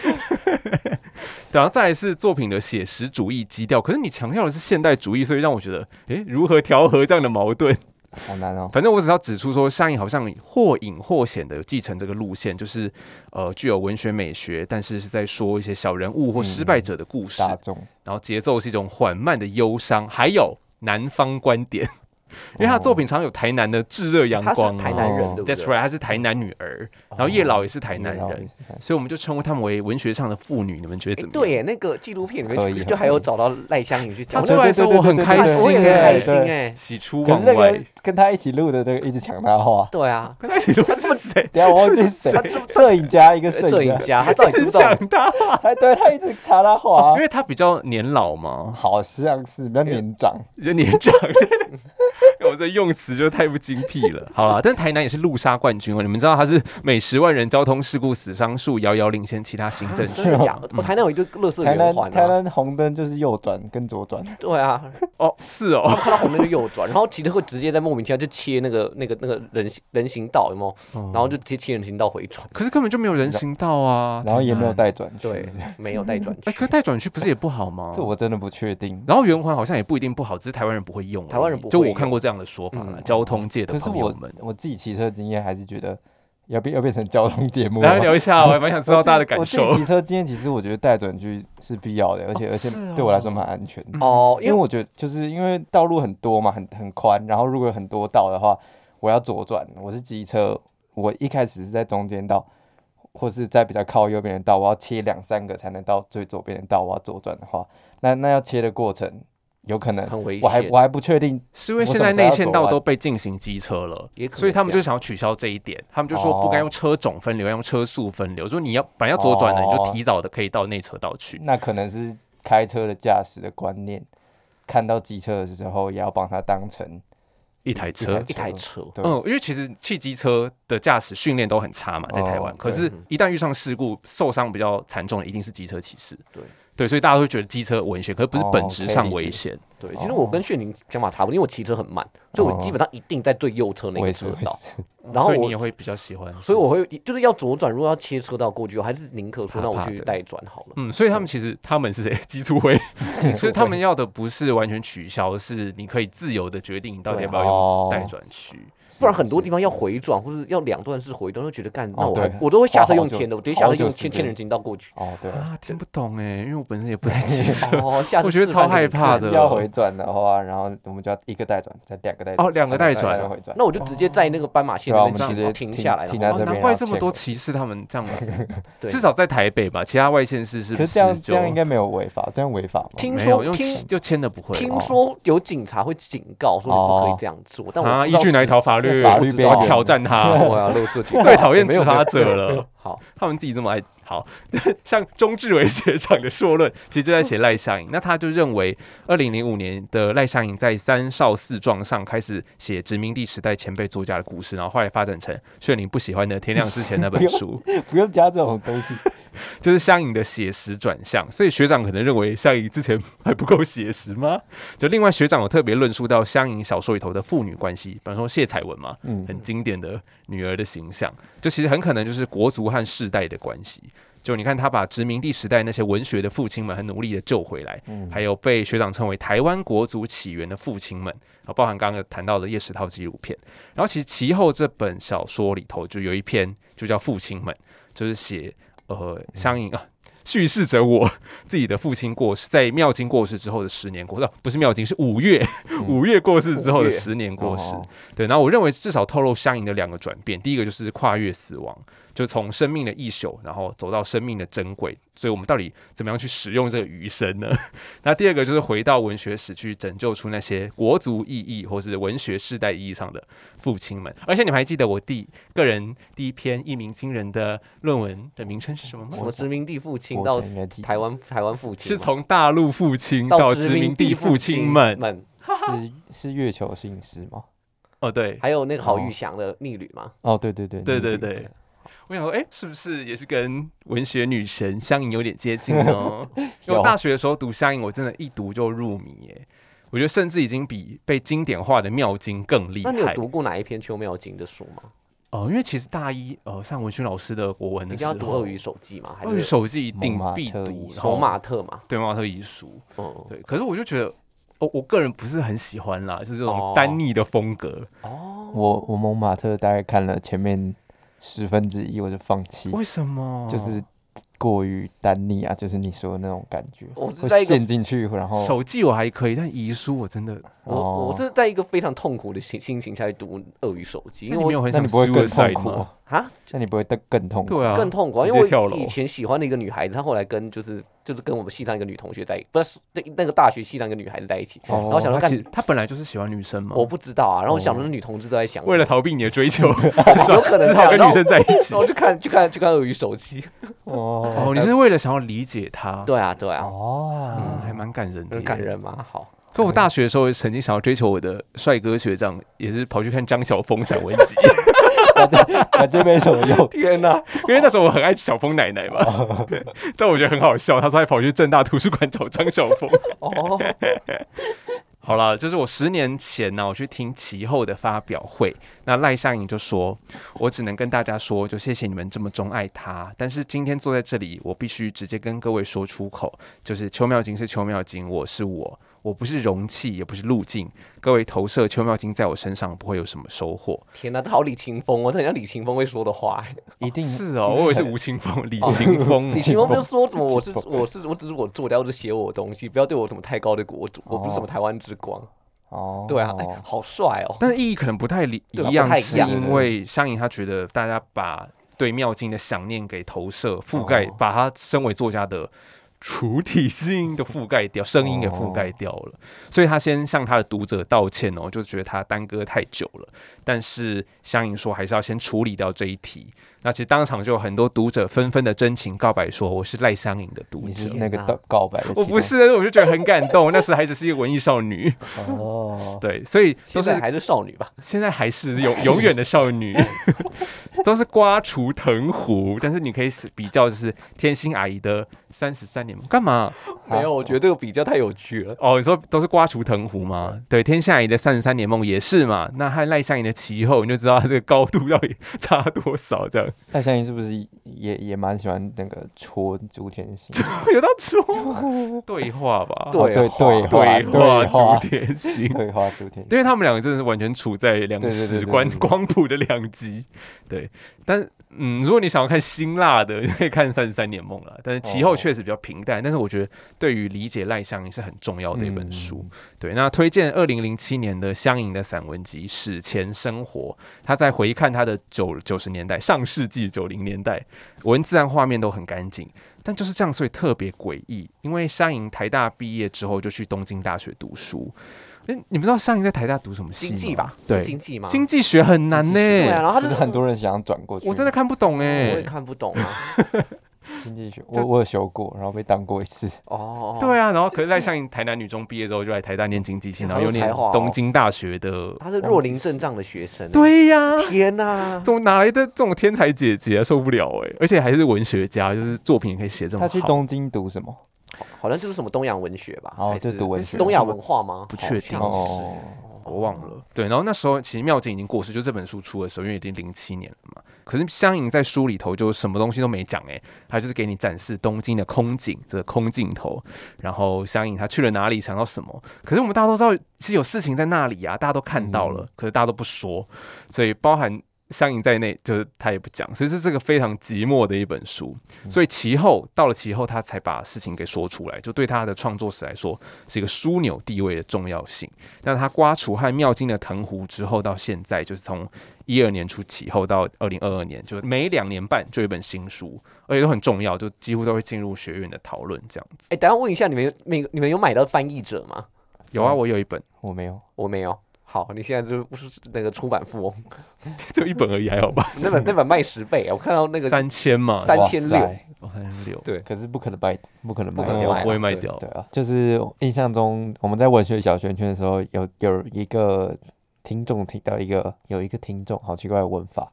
然后再来是作品的写实主义基调，可是你强调的是现代主义，所以让我觉得，诶，如何调和这样的矛盾？
好难哦。
反正我只要指出说，上映好像或隐或显的有继承这个路线，就是呃具有文学美学，但是是在说一些小人物或失败者的故事，嗯
大众
然后节奏是一种缓慢的忧伤，还有南方观点，因为他的作品常常有台南的炙热阳
他是
光、
台南人，
哦
对不
That's
对？
right，她是台南女儿，然后叶老也是台南
哦也
人，
是台
所以我们就称呼他们为文学上的妇女，你们觉得
哎
怎么样？
对耶，那个纪录片里
可
面
以
就
可
就
以
还有找到赖香吟去讲
他出
哦
来
对
那个，
对
之后
对
我很
对对
开
对
心，
我也很开心
对
哎。
喜出
可是
望
那
外
个。跟他一起录的那个一直抢他话，
对啊，
跟他一起录是谁？
等一下我忘记是谁，摄影家一个摄
摄
影
影
家，
家他到 底知不知道
讲？他，
哎，对他一直插他话
因
啊，
为他比较年老嘛，
好像是比较年长，
人年长。 我这用词就太不精辟了。 好了，但台南也是路杀冠军哦。你们知道他是每十万人交通事故死伤数遥遥领先其他行政
啊
区
真的假的？我台南有一个乐色
台
圆
南
环
台
啊，
南红灯就是右转跟左转，
对啊，
哦，是哦，
看到红灯就右转，然后其实会直接在莫名其妙就切那个那个那个人行人行道，有没有？然后就直接切人行道回转，
可是根本就没有人行道啊，
然后也没有
带，
带转区。
对，没有带转
哎，可是
区。
带转区不是也不好吗
这？我真的不确定。
然后圆环好像也不一定不好，只是台湾人不会用而已。
台湾人不会
就我
用
看过这样的说法了，
嗯
交通界的
可是
朋友
我
们。
我自己骑车经验还是觉得要变要 变成交通节目了
来聊一下，我还蛮想知道大家的感
我自己
受
我自。己骑车经验其实我觉得带转区是必要的，而且、而且
是哦
对我来说蛮安全的。
哦，
因为
因为我
我觉得就是因为道路很多嘛，很很宽，然后如果有很多道的话，我要左转，我是机车，我一开始是在中间道，或是在比较靠右边的道，我要切两三个才能到最左边的道，我要左转的话，那那要切的过程有可能
很危
我还
险
我还不确定
是因为现在内线道都被进行机车了
也可，能
所以他们就想要取消这一点，他们就说
哦
不该用车种分流，要用车速分流。说你要本来要左转的，你
哦
就提早的可以到内车道去。
那可能是开车的驾驶的观念，看到机车的时候也要帮它当成
一台
一
车
台，
一台车，
对
嗯，因为其实汽机车的驾驶训练都很差嘛，在台湾，
哦
可是一旦遇上事故，受伤比较惨重的一定是机车骑士。
对
对，所以大家会觉得机车危险，可是不是
哦
本质上
可以
危
理解
险。
哦
对，其实我跟炫宁想法差不多，因为我骑车很慢，所以我基本上一定在最右侧那
我
个
也是
车
我也
道，
嗯
然后
所以你
我
也会比较喜欢。
所以我会就是要左转，如果要切车道过去，我还是宁可
怕
说那我
怕
去
的
带转好了。
嗯，所以他们其实他们是谁？ 基础会，所以他们要的不是完全取消，是你可以自由的决定你到底要不要用
哦
待转区。
不然很多地
方
方要回转或者要两段式回转，就觉得干，那
哦
我还
对
我都会下车
哦
用
好久
牵的，我直接下车
好久
用
时
牵
间
牵人行道 过去。
哦，对啊，
啊，听不懂哎，因为我本身也不太骑 车。
哦，下次
我觉得
示
超
范这个
害
姿
怕
势
的
要回转的话，然后我们就要一个带转，再两个带转
哦两个带转
才能回转。
那我就直接在那个斑马线
对啊
那
我们直
边
接
停
停
下来，然
停
后
在
哦
这
难
边
怪
然后
这么
切
多
回
骑士他们这样子，
对
至少在台北吧，其他外县市是不
可是这样
就
这样应该没有违法，这样违法吗？
听
没有
说
用
听
骑就签的不会
听
哦
说有警察会警告说你不
哦
可以这样做，但我
啊，
不
依
知道
据哪一
是
条法律？
法律
我
边
要
缘啊
挑战 他。
我要露色警察
最讨厌
没
执
有没有
法者 了。
好，
他们自己这么爱好， 像钟志伟学长的硕论，其实就在写赖香盈。那他就认为，二零零五年的赖香盈在三少四壮上开始写殖民地时代前辈作家的故事，然后后来发展成炫灵不喜欢的《天亮之前》那本哎书，
不用加这种 东西，
就是香盈的写实转向。所以学长可能认为香盈之前还不够写实吗？就另外学长有特别论述到香盈小说里头的父女关系，比方说谢彩文嘛，
嗯，
很经典的女儿的形象，就其实很可能就是国族和世代的关系。就你看，他把殖民地时代那些文学的父亲们很努力的救回来，
嗯
还有被学长称为台湾国族起源的父亲们，啊，包含刚刚有谈到的叶石涛纪录片。然后其实其后这本小说里头就有一篇就叫《父亲们》，就是写呃相应啊。叙事者我自己的父亲过世，在妙经过世之后的十年过世，啊不是妙经，是五月五月过世之后的十年过世。
哦
对，然后我认为至少透露相应的两个转变，第一个就是跨越死亡，就从生命的一宿，然后走到生命的珍贵，所以我们到底怎么样去使用这个余生呢？ 那第二个就是回到文学史去拯救出那些国族意义或是文学世代意义上的父亲们。而且你们还记得我第个人第一篇一鸣惊人的论文的名称是什么吗
什？么殖民地父亲
我
到
才应该记
台湾台湾父亲
是
嘛
从大陆父亲
到
到殖民地父
父
亲
们
们。
们，
是是月球姓氏吗？
哦，对，
还有那个郝玉
哦
祥的逆旅嘛，
哦，对对对，
对
你
对对。我想说，哎、是不是也是跟文学女神相应有点接近呢？ 因为我
有
大学的时候读相应，我真的一读就入迷耶。我觉得甚至已经比被经典化的妙经更厉
那你有
害
读过哪一篇邱妙金的书吗？
哦。因为其实大一呃上文勋老师的国文
一
的时
定
候，
要读《鳄鱼手记》吗？还
鳄鱼
是
手记一定
蒙马
必
特遗
读，
书
然
《罗
后
马特》嘛？
对蒙马特遗书，
嗯，
对。可是我就觉得，哦，我个人不是很喜欢啦，就是这种
哦
单逆的风格。
哦，
我我蒙马特大概看了前面十分之一，我就放
嗯
弃，
为什么？
就是过于单逆啊，就是你说的那种感觉，
我是在
会
一个
陷进去，然
哦
后
手记我还可以，但遗书我真的，
我我
哦
是在一个非常痛苦的心心情下去读《鳄鱼手记》，
那
因
你没
为我
有很
那
想
你不会更痛
suicide
苦
吗？
哦？
啊
那你不会更更痛苦？
对啊，
更痛苦啊，
直
因
接
为
跳
我
楼
以前喜欢的一个女孩子，她后来跟就是就是跟我们系上一个女同学在，不是那那个大学系上一个女孩子在一起，
哦
然后想
他
说干
其实他本来就是喜欢女生嘛，
我不知道啊，然后我想说那女同志都在想
嗯哦为了逃避你的追求，只
有可能
好
这
跟
样
女生在一起
然后然后就看就看就看《鳄鱼手记》，
哦，
哦，你是为了想要理解他，
对啊，对啊，
哦
嗯，还蛮感人的，
很感。人嗯嘛。好，。
可我大学的时候曾经想要追求我的帅哥学长，也是跑去看张晓峰散文集，
感觉没什 么用
啊
天哪，
因为那时候我很爱小峰奶奶嘛， 但我觉得很好笑，他说还跑去正大图书馆找张晓峰。
哦，
好了，就是我十年前呢、我去听其后的发表会，那赖尚颖就说：“我只能跟大家说，就谢谢你们这么钟爱他，但是今天坐在这里，我必须直接跟各位说出口，就是邱妙金是邱妙金，我是我，我不是容器，也不是路径。各位投射邱妙金在我身上，不会有什么收获。
天哪，这好李清风哦，这很像李清风会说的话。
一定
是哦，我以为是吴青峰、李清峰
李
清
清
风
风不是说什么我是
清风
我是我只是我作家，我只写我的东西，不要对我有什么太高的国主，我不是什么台湾之光。
哦，
对啊，哎，好帅哦。
但是意义可能不太一
对啊
一样
不，太一
是
样
因为香颖她觉得大家把对妙境的想念给投射、覆盖，
哦
把她身为作家的主体性的覆盖掉，声音给
哦
覆盖掉了，所以她先向她的读者道歉哦，就觉得她耽搁太久了。但是香颖说还是要先处理掉这一题。那其实当场就有很多读者纷纷的真情告白说我是赖香颖的读
你是
者。
那个
天哪
告告白的其中，
啊我不是，但是我就觉得很感动。 那时还只是一个文艺少女，
哦，
对，所以都
现
是
在还是少女吧？
现在还是永 永远的少女，都是刮除藤壶，但是你可以是比较就是天心阿姨的三十三年干嘛？
没有，我觉得这个比较太有趣了。
哦，你说都是刮除藤壶吗？对，天心阿姨的三十三年梦也是嘛。那和赖香盈的其后，你就知道她这个高度到底差多少，这样
那相信是不是也也蛮喜欢那个戳朱天心？哦
有到出对话吧？
对
对
话
对
对
对
话
话
朱天心。
对话朱天心，
因为他们两个真的是完全处在两个
对对对
史
对对
观
对
光谱的两极，对。但嗯，如果你想要看辛辣的，就可以看《三十三年梦》了。但是其后
哦
确实比较平淡，但是我觉得对于理解赖香盈是很重要的一本
嗯
书。对，那推荐二零零七年的香盈的散文集《史前生活》，他在回看他的九九十年代、上世纪九零年代，文字和画面都很干净，但就是这样，所以特别诡异。因为香盈台大毕业之后就去东京大学读书。诶，你们知道香盈在台大读什么系吗
经济吧？
对
是，经济吗？
经济学很难呢、
对啊，然后他
就
就是
很多人想要转过去。
我真的看不懂
我
哎、
也看不懂啊。
经济学，
就
我我有修过，然后被当过一次。
哦，
对啊，然后可是赖香盈台南女中毕业之后就来台大念经济系，然后又念
好有才华哦
东京大学的。
他是弱龄阵仗的学生。，
对呀、
天哪！
怎么哪来的这种天才姐姐啊？受不了哎、而且还是文学家，就是作品也可以写这么
他
好。啊
去东京读什么？
好像就是什么东洋文学吧？
然后
还
就是读文学。
东亚文化吗？
不确定
好像是
哦，
我忘了。对，然后那时候其实妙景已经过世，就这本书出的时候，因为已经零七年了嘛。可是香盈在书里头就什么东西都没讲哎、他就是给你展示东京的空景，这个空镜头。然后香盈他去了哪里，想到什么。可是我们大家都知道，其实有事情在那里啊，大家都看到了，可是大家都不说，所以包含。香盈在内，就是他也不讲，所以这是个非常寂寞的一本书。所以其后到了其后，他才把事情给说出来，就对他的创作史来说是一个枢纽地位的重要性。那他刮除和妙金的藤壶之后，到现在就是从一二年初起后到二零二二年，就是每两年半就有一本新书，而且都很重要，就几乎都会进入学院的讨论这样子。
哎，等一下问一下，你们有你你们有买到翻译者吗？
有啊，我有一本，
我没有。
我没有。好，你现在就是那个出版富翁，
只有一本而已，还好 吧？
那本那本卖十倍啊！我看到那个
三千嘛，
三
哇
千
塞
六
哦三千六，
对
可是不可能卖，不可能卖
不可能
掉
卖
不会卖
哦
掉。
对啊，就是印象中我们在文学小圈圈的时候，有有一个听众提到一个有一个听众，好奇怪的问法，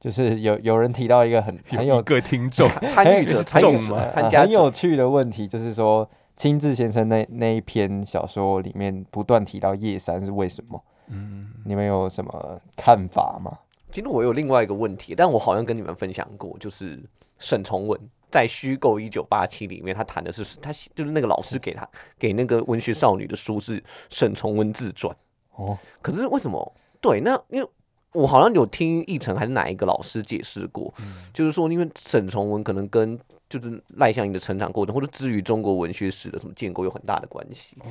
就是有有人提到一个很很
有
有
一个听众，
参 与者、参
中
与
嘛
者、
呃
参加
很
者
有趣的问题，就是说青志先生那那一篇小说里面不断提到叶山是为什么？
嗯，
你们有什么看法吗？
其实我有另外一个问题，但我好像跟你们分享过，就是沈从文在《虚构一九八七》里面，他谈的是他就是那个老师给他给那个文学少女的书是沈从文自传。
哦，
可是为什么？对，那因为我好像有听奕晨还是哪一个老师解释过，
嗯
就是说，因为沈从文可能跟就是赖香盈的成长过程，或者至于中国文学史的什么建构有很大的关系。
哦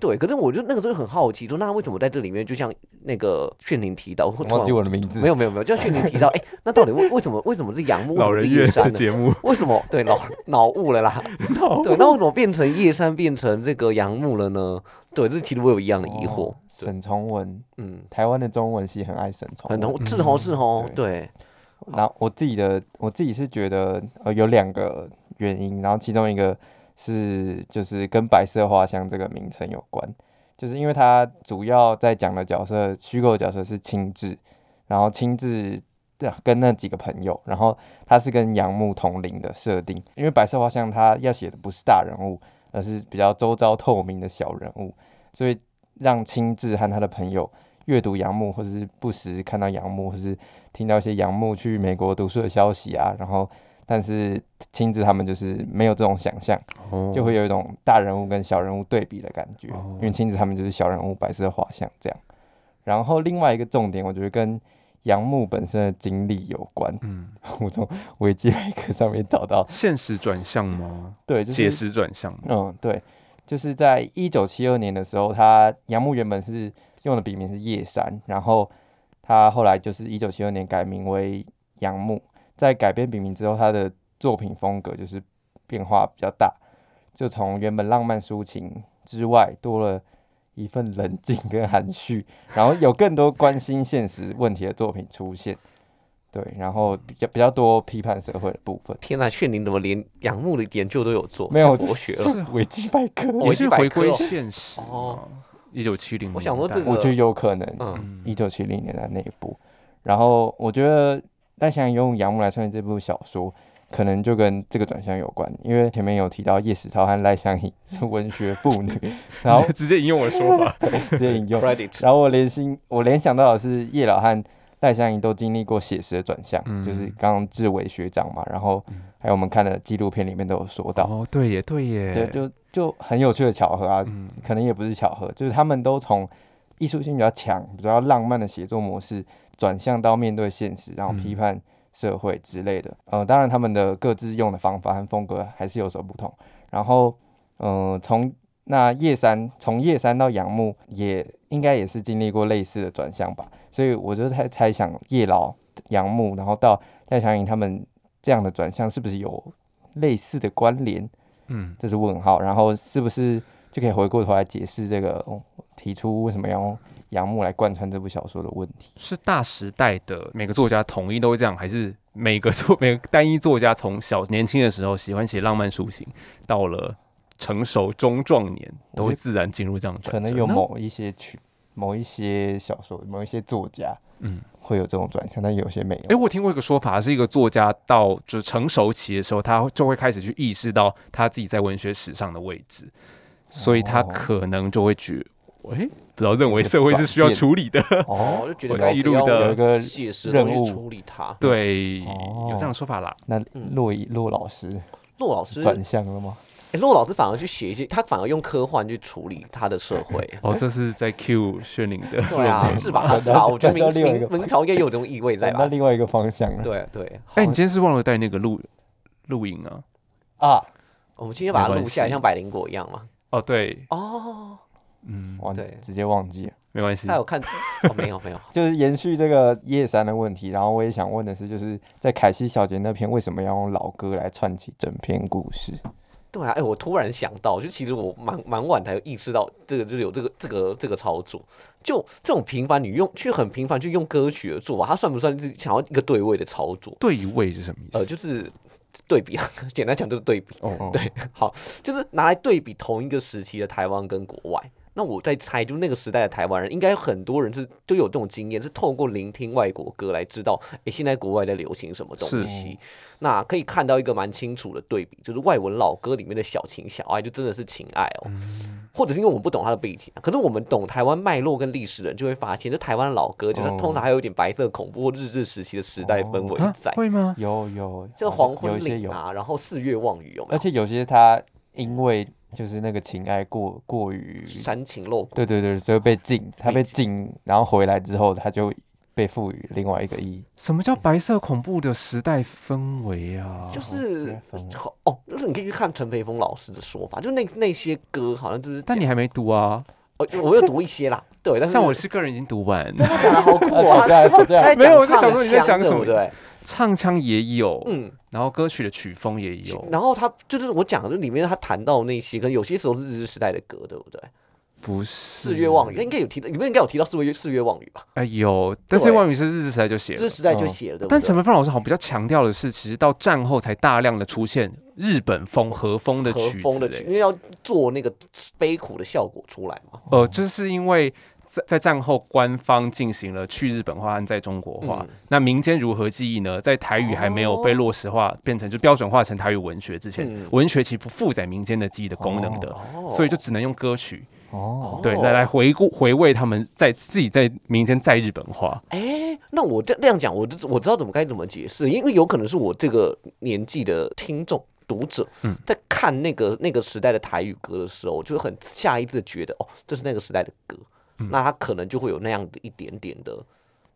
对，可是我就那个时候很好奇，说那为什么在这里面，就像那个炫灵提到，或突
忘
然
记我的名字，
没有没有没有，就像炫灵 提到，哎、那到底为为什么为什么是杨木，为什
老
么是
人
叶
院的
山呢？
节 目，
为什么？对，脑脑雾 了啦。对，那为什么变成叶山变成这个杨木了呢？对，这其实我有一样的疑惑。
哦沈从文，
嗯，
台湾的中文系很爱沈从
很
文，
红，是
嗯
红是红，对，
然后我自己的我自己是觉得，呃，有两个原因，然后其中一个是就是跟白色花香这个名称有关，就是因为它主要在讲的角色，虚构的角色是青雉，然后青雉对啊跟那几个朋友，然后他是跟杨木同龄的设定，因为白色花香他要写的不是大人物，而是比较周遭透明的小人物，所以让青雉和他的朋友阅读杨木，或者是不时看到杨木，或是听到一些杨木去美国读书的消息啊，然后但是青雉他们就是没有这种想象，
哦
就会有一种大人物跟小人物对比的感觉，
哦
因为亲子他们就是小人物白色画像这样。然后另外一个重点，我觉得跟杨牧本身的经历有关。
嗯，
我从维基百科上面找到，
现实转向吗？
对，就
写
是
实转向吗？
嗯，对，就是在一九七二年的时候，他杨牧原本是用的笔名是叶山，然后他后来就是一九七二年改名为杨牧。在改变笔名之后，他的作品风格就是变化比较大，就从原本浪漫抒情之外，多了一份冷静跟含蓄，然后有更多关心现实问题的作品出现。对，然后比较比较多批判社会的部分，
天哪，炫灵怎么连仰慕的研究都有做？
没有
太博学了。
是 维基百科，
哦
也是回归
维基百科哦
现实
哦
哦。一九七零，
我想说这
我觉得有可能。
嗯，
一九七零年的那一部。然后我觉得赖香用杨木来创立这部小说，可能就跟这个转向有关，因为前面有提到叶石涛和赖香吟是文学妇女，然后
直接引用我的说法，
直接引用。
，credit
然后我联心，我联想到的是叶老和赖香吟都经历过写实的转向，
嗯
就是刚刚志伟学长嘛，然后
嗯
还有我们看的纪录片里面都有说到，
哦，对耶，对耶，
对，就就很有趣的巧合啊，
嗯
可能也不是巧合，就是他们都从艺术性比较强、比较浪漫的写作模式，转向到面对现实，然后批
嗯
判社会之类的。呃，当然他们的各自用的方法和风格还是有所不同。然后，嗯、从那叶山，从叶山到杨木，也应该也是经历过类似的转向吧。所以我就猜猜想叶老、杨木，然后到赖祥颖他们这样的转向，是不是有类似的关联？
嗯，
这是问号，然后是不是就可以回过头来解释这个、哦提出为什么要用杨牧来贯穿这部小说的问题？
是大时代的每个作家统一都会这样，还是每个作 每个单一作家从小年轻的时候喜欢写浪漫抒情，到了成熟中壮年都会自然进入这样的
可
转折
能有
呢
某一些曲、某一些小说、某一些作家
嗯。
会有这种转向，但有些没
诶，
有。
我听过一个说法，是一个作家到就成熟期的时候，他就会开始去意识到他自己在文学史上的位置，所以他
哦
可能就会觉，诶，不知道认为社会是需
有
要
个转变
处理的，
哦，
哦，
我就觉得
我
开
记
始
录
要
的
有一个
写实的东
任
西
务
处理它。
对，
哦
有这样的说法啦。
那
嗯
骆以骆老师
陆老师，
转向了吗？
哎，陆老师反而去写一些，他反而用科幻去处理他的 社会。
哦，这是在 Q 炫灵的，
对啊，是吧？
转
是吧？
到
我觉得明
转到另外一个
明明朝应该也有这种意味在
转到
吧？
另外一个方向了。
对对，
哎、你今天是忘了带那个录录影啊？
啊，
我们今天把它
没
录
关
下来，
系
像百灵果一样嘛。
哦，对，
哦，
嗯，
忘
对
直接忘记了，
没关系
他。有看？哦，没有没有，
就是延续这个叶山的问题。然后我也想问的是，就是在凯西小姐那篇，为什么要用老歌来串起整篇故事？
对啊，哎、我突然想到，就其实我蛮蛮晚才意识到这个，就是有这个这个这个操作，就这种频繁你用，却很频繁去用歌曲的做法，啊它算不算是想要一个对位的操作？
对位是什么意思？
呃，就是对比啊， 简单讲就是对比，
哦，
对，
就是拿来对比同一个时期的台湾跟国外。那我在猜，就那个时代的台湾人，应该有很多人是都有这种经验，是透过聆听外国歌来知道，诶，现在国外在流行什么东
是
西。那可以看到一个蛮清楚的对比，就是外文老歌里面的小情小爱，就真的是情爱哦。
嗯
或者是因为我们不懂它的背景啊、可是我们懂台湾脉络跟历史的人，就会发现，这台湾的老歌就是
哦
通常还有一点白色恐怖或日治时期的时代氛围
啊
呃在，
会 吗？
有有，
像
好
黄
有
昏
一些
岭
有，
啊，然后四月望雨有没
而
有？
且有些他因为就是那个情爱过过于，
煽情露骨。
对对对，所以被禁，他
被
被禁，然后回来之后他就被赋予另外一个意义。
什么叫白色恐怖的时代氛围啊？
就
好
是
是氛围
好哦，就是你可以去看陈培峰老师的说法，就那那些歌好像就是讲，
但你还没读啊，
哦，我有读一些啦，对，但是
像我是个人已经读完，
真的讲的好酷
啊吵
啊，
架还吵
他
架，
在讲
没有我在想
唱
说你在
腔
讲
对
什
不
么哦
对？
唱腔也有，
嗯，
然后歌曲的曲风也有，
然后他就是我讲的，就里面他谈到那些，可能有些时候是日治时代的歌，对不对？
不是
四月望
嗯
语，应该有提到，你们应该有提到四月四月望语吧？
哎、有，但是
对
望语是日治时代就写
这
了。
时代就
嗯
写了，对不对？
但陈培凤老师好像比较强调的是，其实到战后才大量的出现日本风和风的
和
曲
风
子、
的曲，
哎
因为要做那个悲苦的效果出来嘛。
呃，这是因为在在战后官方进行了去日本化和在中国化，
嗯
那民间如何记忆呢？在台语还没有被落实化，变成就标准化成台语文学之前，
嗯
文学其实不负载民间的记忆的功能的，
哦
所以就只能用歌曲、
哦，
对
哦
来来回顾回味他们在自己在民间在日本化。
哎，那我这那样讲，我就我知道怎么该怎么解释，因为有可能是我这个年纪的听众。读者
嗯
在看那个那个时代的台语歌的时候，就会很下意识地觉得哦，这是那个时代的歌，
嗯
那他可能就会有那样的一点点的，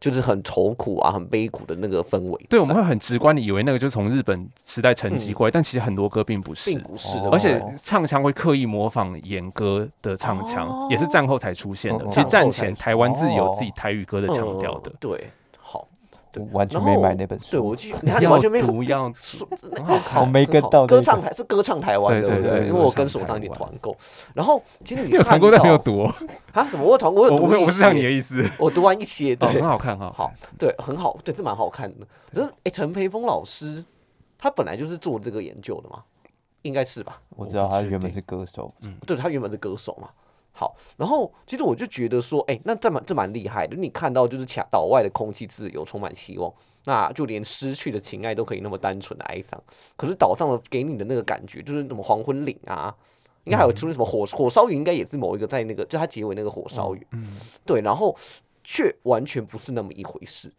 就是很愁苦啊、很悲苦的那个氛围在。
对，我们会很直观的以为那个就是从日本时代沉
嗯
积过来，但其实很多歌并不是
并。不是的
哦
而且唱腔会刻意模仿演歌的唱腔，
哦
也是战后才出现的。
嗯嗯
其实战
战后才
前
出
台湾自己有
哦
自己台语歌的腔调的
呃，对，好，对
我完全
然
没
后
买那本书，
对我记，你看你
要
完全没有
读要
说
很好
我
看。
没
很
跟
好
到那
歌
个
唱台是歌唱台湾，
对
对不
对对
因为我
歌唱
跟手
台
上也
湾
团购，然后其实你
你有团购但没有
看
读哦，
到啊？什么？我有团，我
我
有
我
读一些，
我不是像你的意思。
我读完一些，
哦，很
对，
好看，很好
好
看。，
对，很好，对，这蛮好看的。可是，哎，陈培峰老师他本来就是做这个研究的嘛，应该是吧？
我知道他
确
原本
定
是歌手，
嗯
对他原本是歌手嘛。好，然后其实我就觉得说，哎、那这蛮这蛮厉害的。你看到就是墙岛外的空气自由，充满希望，那就连失去的情爱都可以那么单纯的哀伤。可是岛上的给你的那个感觉，就是什么黄昏岭啊，应
嗯
该还有出现什么火火烧云，应该也是某一个在那个就它结尾那个火烧云，
嗯，
对，然后却完全不是那么一回事。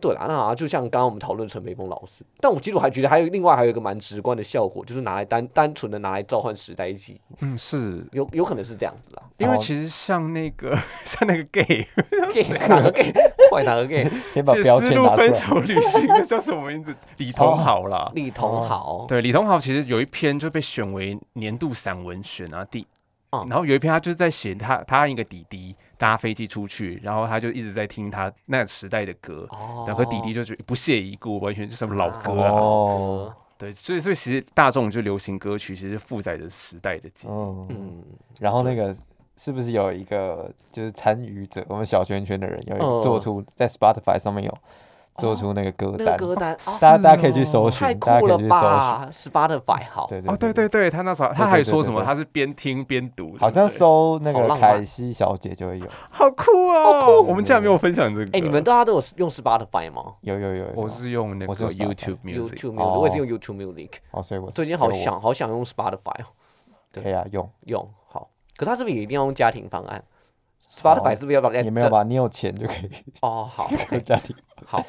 对啦，那就像刚刚我们讨论陈培峰老师，但我其实我还觉得还有另外还有一个蛮直观的效果，就是拿来单单纯的拿来召唤时代记忆。
嗯，是
有有可能是这样 子啦。
因为
好
其实像那个像那个 gay，
gay 哪个 gay 快哪 个 gay？
先把
是
标
思
签
路
拿出
分
来。
手旅行，那叫什么名字？李同好啦。
李
哦
同豪
对，李同豪其实有一篇就被选为年度散文选啊第，
哦
嗯
然后有一篇他就是在写他他和一个弟弟搭飞机出去，然后他就一直在听他那个时代的歌，
哦
然后弟弟就觉得不屑一顾，完全就什么老歌啊，
哦
对，所以所以其实大众就流行歌曲其实负载着时代的记忆，
嗯，
嗯，
然后那个是不是有一个就是参与者，我们小圈圈的人有一个做
嗯
出在 Spotify 上面有做出那个歌
哦那个
单，
歌单啊，
大家
是
大家可以去
哦
搜
太
寻，大
酷
家
了
可以去搜
吧！Spotify 好，
寻。对
哦，对对
对，
对，他那时候他
对
还
对
说
对
什么
对
他是边听边读，对
好
不
像哦
对
搜那
好
个
浪
凯
漫
西小姐就会有，
好酷哦，好酷，我们竟然没有分享这个，
哎，你们大家都有用 Spotify 吗
有有有有。
我是用那个
我是用
YouTube Music，
？YouTube Music，我也是用 YouTube Music。
哦，所以我
最近好
所以我
想好想用 Spotify 哦，
可以啊，用
用好，可他是不是也一定要用家庭方案？Spotify 是不是要把
也没有？吧？哦你有钱就可以
哦， 好，
有家庭。
好，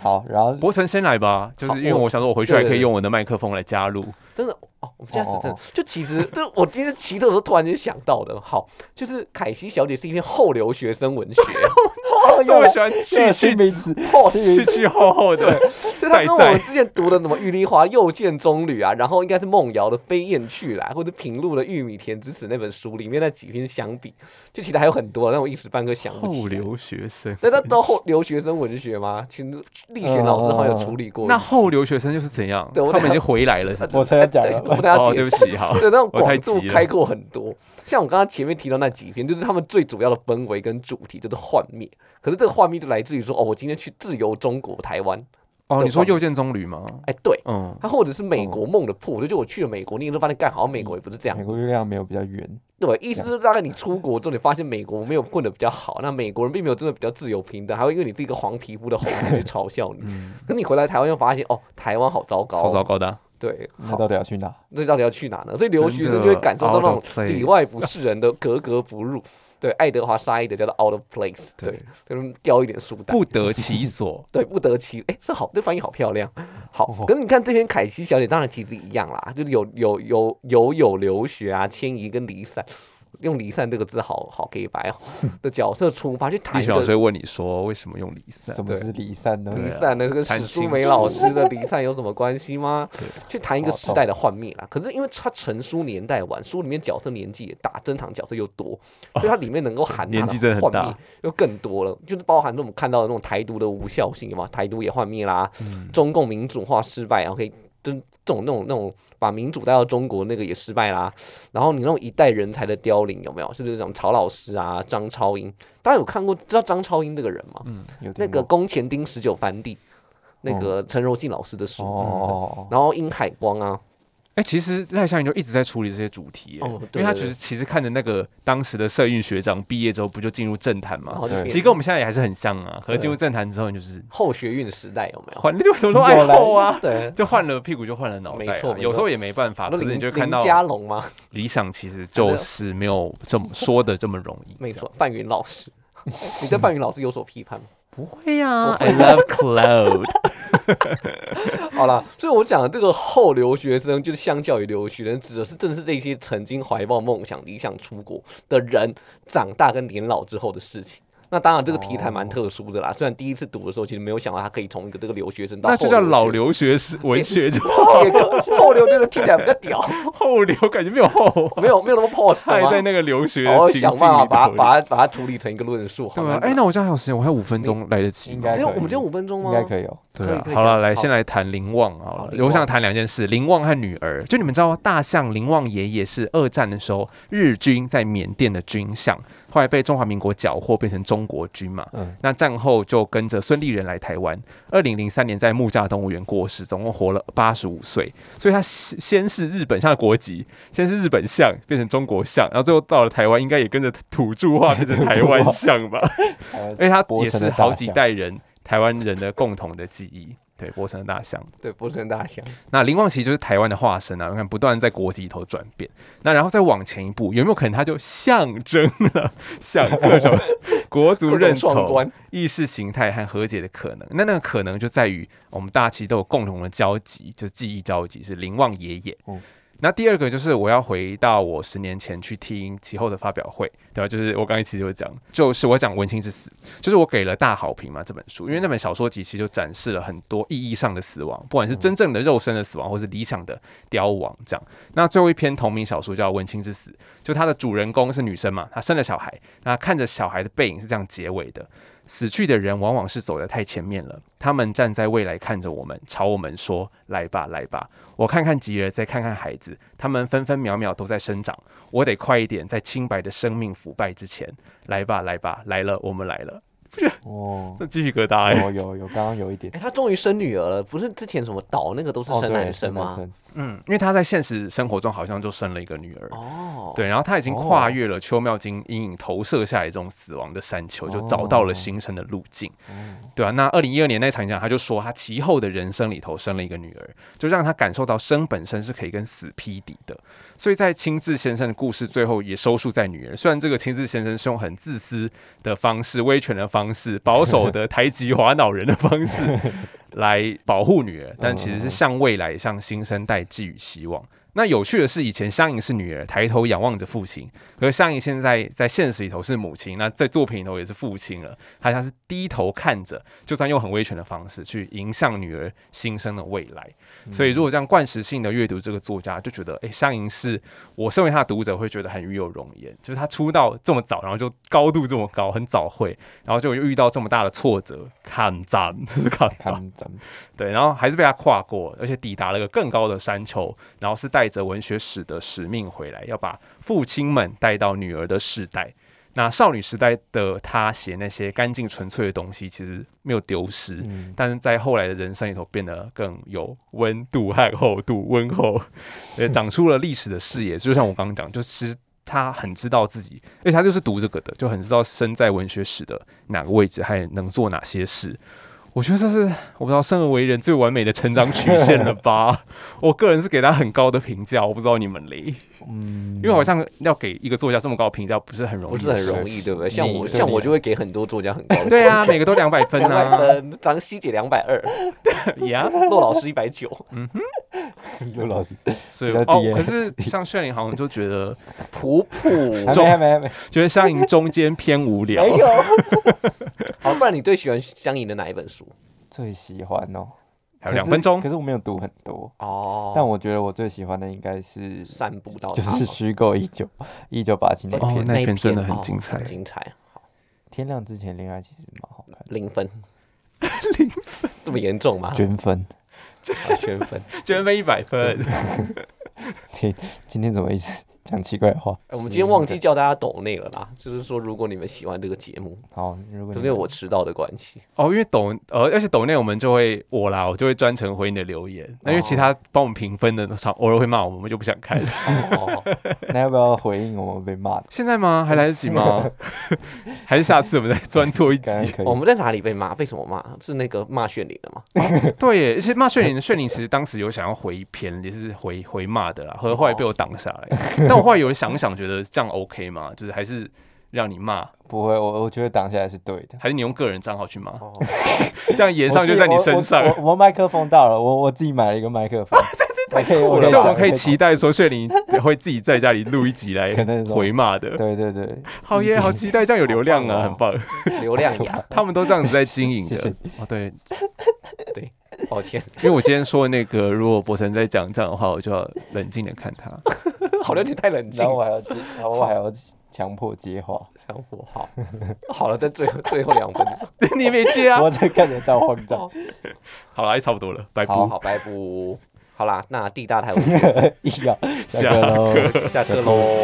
好，然后
博成先来吧，就是因为
好我
我想说，我回去还
对对
可以
对
用我的麦克风来加入。
真的哦，我们这样子真
哦
的
哦
就其实，就是我今天骑车的时候突然间想到的。好，就是凯西小姐是一篇后留学生文学，
哦
这
又
么
来
喜欢
又
气
有
气
新名词，
后
新
气
名词
气厚厚的，
就他
在
跟我
在
们之前读的什么《玉丽华又见棕榈》啊，然后应该是梦瑶的《飞燕去来》或者平路的《玉米田之耻》那本书里面那几篇相比，就其实还有很多，但我一时半刻想不起
后
来。
留学生。
那那都后留学生文 学吗？其实力学老师好像有处理过一 哎次。
那后留学生又是怎样？
对我
他们已经回来了，是
我
不是？
才要讲
对
了，
哎我不太要
哦，
解
对不
释。
起，好，
对，那种
我太
广
急
度
了
开阔很多。像我刚刚前面提到那几篇，就是他们最主要的氛围跟主题就是幻灭。可是这个幻灭就来自于说，哦，我今天去自由中国台湾，
哦，你说又见棕榈吗？
哎，对，
嗯，
它或者是美国梦的破，我就觉得我去了美国，你就发现，干，好像美国也不是这样
嗯
美，国月亮没有比较圆，
对，意思就是大概你出国之后，你发现美国没有混得比较好，那美国人并没有真的比较自由平等，还会因为你是一个黄皮肤的猴子去嘲笑你。可你回来台湾又发现，哦，台湾好糟糕哦、
嗯超糟糕的啊。
对，
那
好，
到底要去哪？
那到底要去哪呢？所以留
真
学生
的
就会感受到
out
那种
of place
里外不是人的格格不入。对，爱德华沙伊德叫做 out of place，对
对，
就是掉一点书袋。。
不得其所
对，不得其哎，这好，这翻译好漂亮。好，可是你看这篇凯西小姐，当然其实一样啦，就是有有有有有留学啊、迁移跟离散，用离散这个字好好给白哦的角色出发去谈
地
一
学老师
个
会问你说为什么用离散？
什么是离散呢？
离
对啊
散的这个
谈
史书
情
梅
史
老师的离散有什么关系吗？去谈一个
好
世代的幻灭啦。可是因为他成书年代晚，书里面角色年纪也大，珍藏角色又多，所以它里面能够含
哦年
纳的
纪真的很
幻
大
灭又更多了，就是包含
嗯
这种看到的那种台独的无效性嘛，台独也幻灭啦，中共民主化失败，然后可以。就是这种那种那种把民主带到中国那个也失败啦、然后你那种一代人才的凋零有没有？是不是这种曹老师啊、张超英？大家有看过知道张超英这个人吗？
有听
那
哦
过
个宫前町十九番地，那
嗯
个陈柔静老师的书，嗯
哦，
然后殷海光啊，
哎、其实赖香盈就一直在处理这些主题耶、
哦对
因为他
对
其
对
实其实看着那个当时的社运学长毕业之后，不就进入政坛
然
嘛？
后就
对
其
变
实跟我们现在也还是很像啊，可是
对
进入政坛之后，你就是
后学运时代有没有？
换，就什么都爱后啊，
对，
就换了屁股就换了脑
没
袋、
错
啊，
没
有时
错
候也没办法，
那
可是
林
你就看
林
到
家龙吗？
理想其实就是没有这么说的这么容易，
没
这样
错，范云老师， 你对范云老师有所批判吗？
不会呀、i love cloud，
哦
嗯好啦，所以我讲的这个后留学生，就是相较于留学生，指的是正是这些曾经怀抱梦想、理想出国的人，长大跟年老之后的事情。那当然，这个题材
哦
蛮特殊的啦。虽然第一次读的时候，其实没有想到他可以从一个这个留学生到
那就
后
叫老
学
留学是文学，就
生，也可后留这个听起来比较屌，
后流感觉没有后，
没有没有那么 pose，
他还
好吗
在那个留学
好好
的情境
啊哦想
里
办法把它
头
把它把它处理成一个论述。好
对啊
吗，？
哎、那我这样还有时间，我还有五分钟来得及
应
吗。
该
只有
可以
我们只有五分钟
应
吗？
该可以哦。
对
可以
啊
可，以
好
这
了，
样
来
好
先来谈林旺好
好
了。
林
我想
旺
谈两件事，林旺和女儿。就你们知道，大象林旺爷爷是二战的时候日军在缅甸的军饷，后来被中华民国缴获变成中国军嘛。
嗯
那战后就跟着孙立人来台湾，二零零三年在木栅动物园过世，总共活了八十五岁。所以他先先是日本象的国籍，先是日本象变成中国象，然后最后到了台湾，应该也跟着土著化变 成台湾象吧。
台湾
因为它
伯
也
承
是
的
好
大
几
象
代人台湾人的共同的记忆。对，波城的大象。
对，不是很大象。
那林旺其实就是台湾的化身啊，你看不断在国籍里头转变。那然后再往前一步，有没有可能它就象征了像各 种国族
各
认
种双
同、
关，
意识形态和和解的可能？那那个可能就在于我们大家其实都有共同的交集，就是记忆交集是林旺爷爷。
嗯
那第二个就是我要回到我十年前去听其后的发表会，对吧、就是我刚才其实有讲，就是我讲《文青之死》，就是我给了大好评嘛这本书，因为那本小说集其实就展示了很多意义上的死亡，不管是真正的肉身的死亡，或是理想的凋亡这样。那最后一篇同名小说叫《文青之死》，就它的主人公是女生嘛，她生了小孩，那看着小孩的背影是这样结尾的：死去的人往往是走得太前面了，他们站在未来看着我们，朝我们说：“来吧，来吧，我看看吉儿，再看看孩子，他们分分秒秒都在生长，我得快一点，在清白的生命腐败之前，来吧，来吧，来了，我们来了。”
哦，
这鸡皮疙瘩哎、
有有有，刚刚有一点
哎，他终于生女儿了，不是之前什么岛那个都是
哦，
生
对，
男生
男
吗？
生
嗯，因为他在现实生活中好像就生了一个女儿。
哦，
对，然后他已经跨越了邱妙金阴影投射下来这种死亡的山
哦
丘，就找到了新生的路径。对啊，那二零一二年那场演讲，他就说他其后的人生里头生了一个女儿，就让他感受到生本身是可以跟死匹敌的。所以在青志先生的故事最后也收束在女儿。虽然这个青志先生是用很自私的方式、威权的方式、保守的台籍华脑人的方 式来保护女儿，但其实
嗯
是向未来、向新生代寄予希望。那有趣的是，以前香盈是女儿，抬头仰望着父亲，可是香盈现在在现实里头是母亲，那在作品里头也是父亲了。他像是低头看着，就算用很威权的方式去迎向女儿新生的未来。所以，如果这样惯识性的阅读这个作家，就觉得，诶，香盈是我身为他的读者会觉得很与有容颜，就是他出道这么早，然后就高度这么高，很早会，然后就遇到这么大的挫折，看涨就是看涨
看，咱们
对，然后还是被他跨过，而且抵达了个更高的山丘，然后是带着文学史的使命回来，要把父亲们带到女儿的世代。那少女时代的她写那些干净纯粹的东西，其实没有丢失，
嗯
但是在后来的人生里头变得更有温度和厚度，温厚，也长出了历史的视野。就像我刚刚讲，就其实他很知道自己，而且他就是读这个的，就很知道身在文学史的哪个位置，还能做哪些事。我觉得这是我不知道生而为人最完美的成长曲线了 吧？我个人是给他很高的评价，我不知道你们嘞，
嗯
因为好像要给一个作家这么高的评价不哦是很容易，
不是很容易，。对不对？像我，
你
像我就会给很多作家很高的
对啊，每个都两百分
两百
啊，
分，张希姐两百二，
呀，
骆老师一百九，
刘老 师
所以
比较
哦
低，耶
可是像炫灵好像就觉得
普普。
还
中
没还没还没，
觉得香盈中间偏无聊
没，有， 好，不然你最喜欢香盈的哪一本书？
最喜欢哦，
还有
可
两
是
分钟
可，是我没有读很多，
哦，
但我觉得我最喜欢的应该是
散步到
就
它
是虚构一九一九八七那
哦
篇
那
《
篇真的
哦
很精彩
精彩，好，
天亮之前恋爱》，其实蛮好看的，
零分，零分，这么严重吗？
均分
啊圈粉。
全分一百分。
嗯
今今天怎么一直讲奇怪的话？
哎我们今天忘记叫大家抖内了啦，就是说如果你们喜欢这个节目，
好，如果
因
你
为我迟到的关系，
哦，因为抖呃，而且抖内我们就会我啦，我就会专程回你的留言。那因为其他帮我们评分的常偶尔会骂我们，我们就不想看。
哦，
那要不要回应我们被 骂的？
现在吗？还来得及 吗？还是下次我们再专做一集
刚？刚可以
我，们在哪里被骂？被什么骂？是那个骂炫灵的吗？
对耶，而且骂炫灵，炫灵其实当时有想要回偏，也是回回骂 的啦，后来后来被我挡下来。
哦
但我后来有想一想，觉得这样 OK 吗？就是还是让你骂，
不会，我我觉得挡下来是对的。
还是你用个人账号去骂？
哦，
这样言上就在你身上
我。自己我我我麦克风到了，我我自己买了一个麦克风，我可以，
所
我可以
以
讲
我们可以
麦克
期待说，炫灵会自己在家里录一集来
可能是
回骂 的。
对对对，
好耶，好期待，这样有流量啊，很
好
棒。
流量呀，
他们都这样子在经营
谢谢
的。哦，对，
对，抱歉，
因为我今天说的那个，如果博成在讲这样的话，我就要冷静的看他。
好像有点太冷静
然后。我还要接，然后我还要强迫接话，
相互好，好了，在最后最后两分钟，
你没接啊？
我这看起来超慌张。
好啦，差不多了，拜拜。
好好拜不，好啦，那地大台我们
一样，
下
下课喽。
下课喽。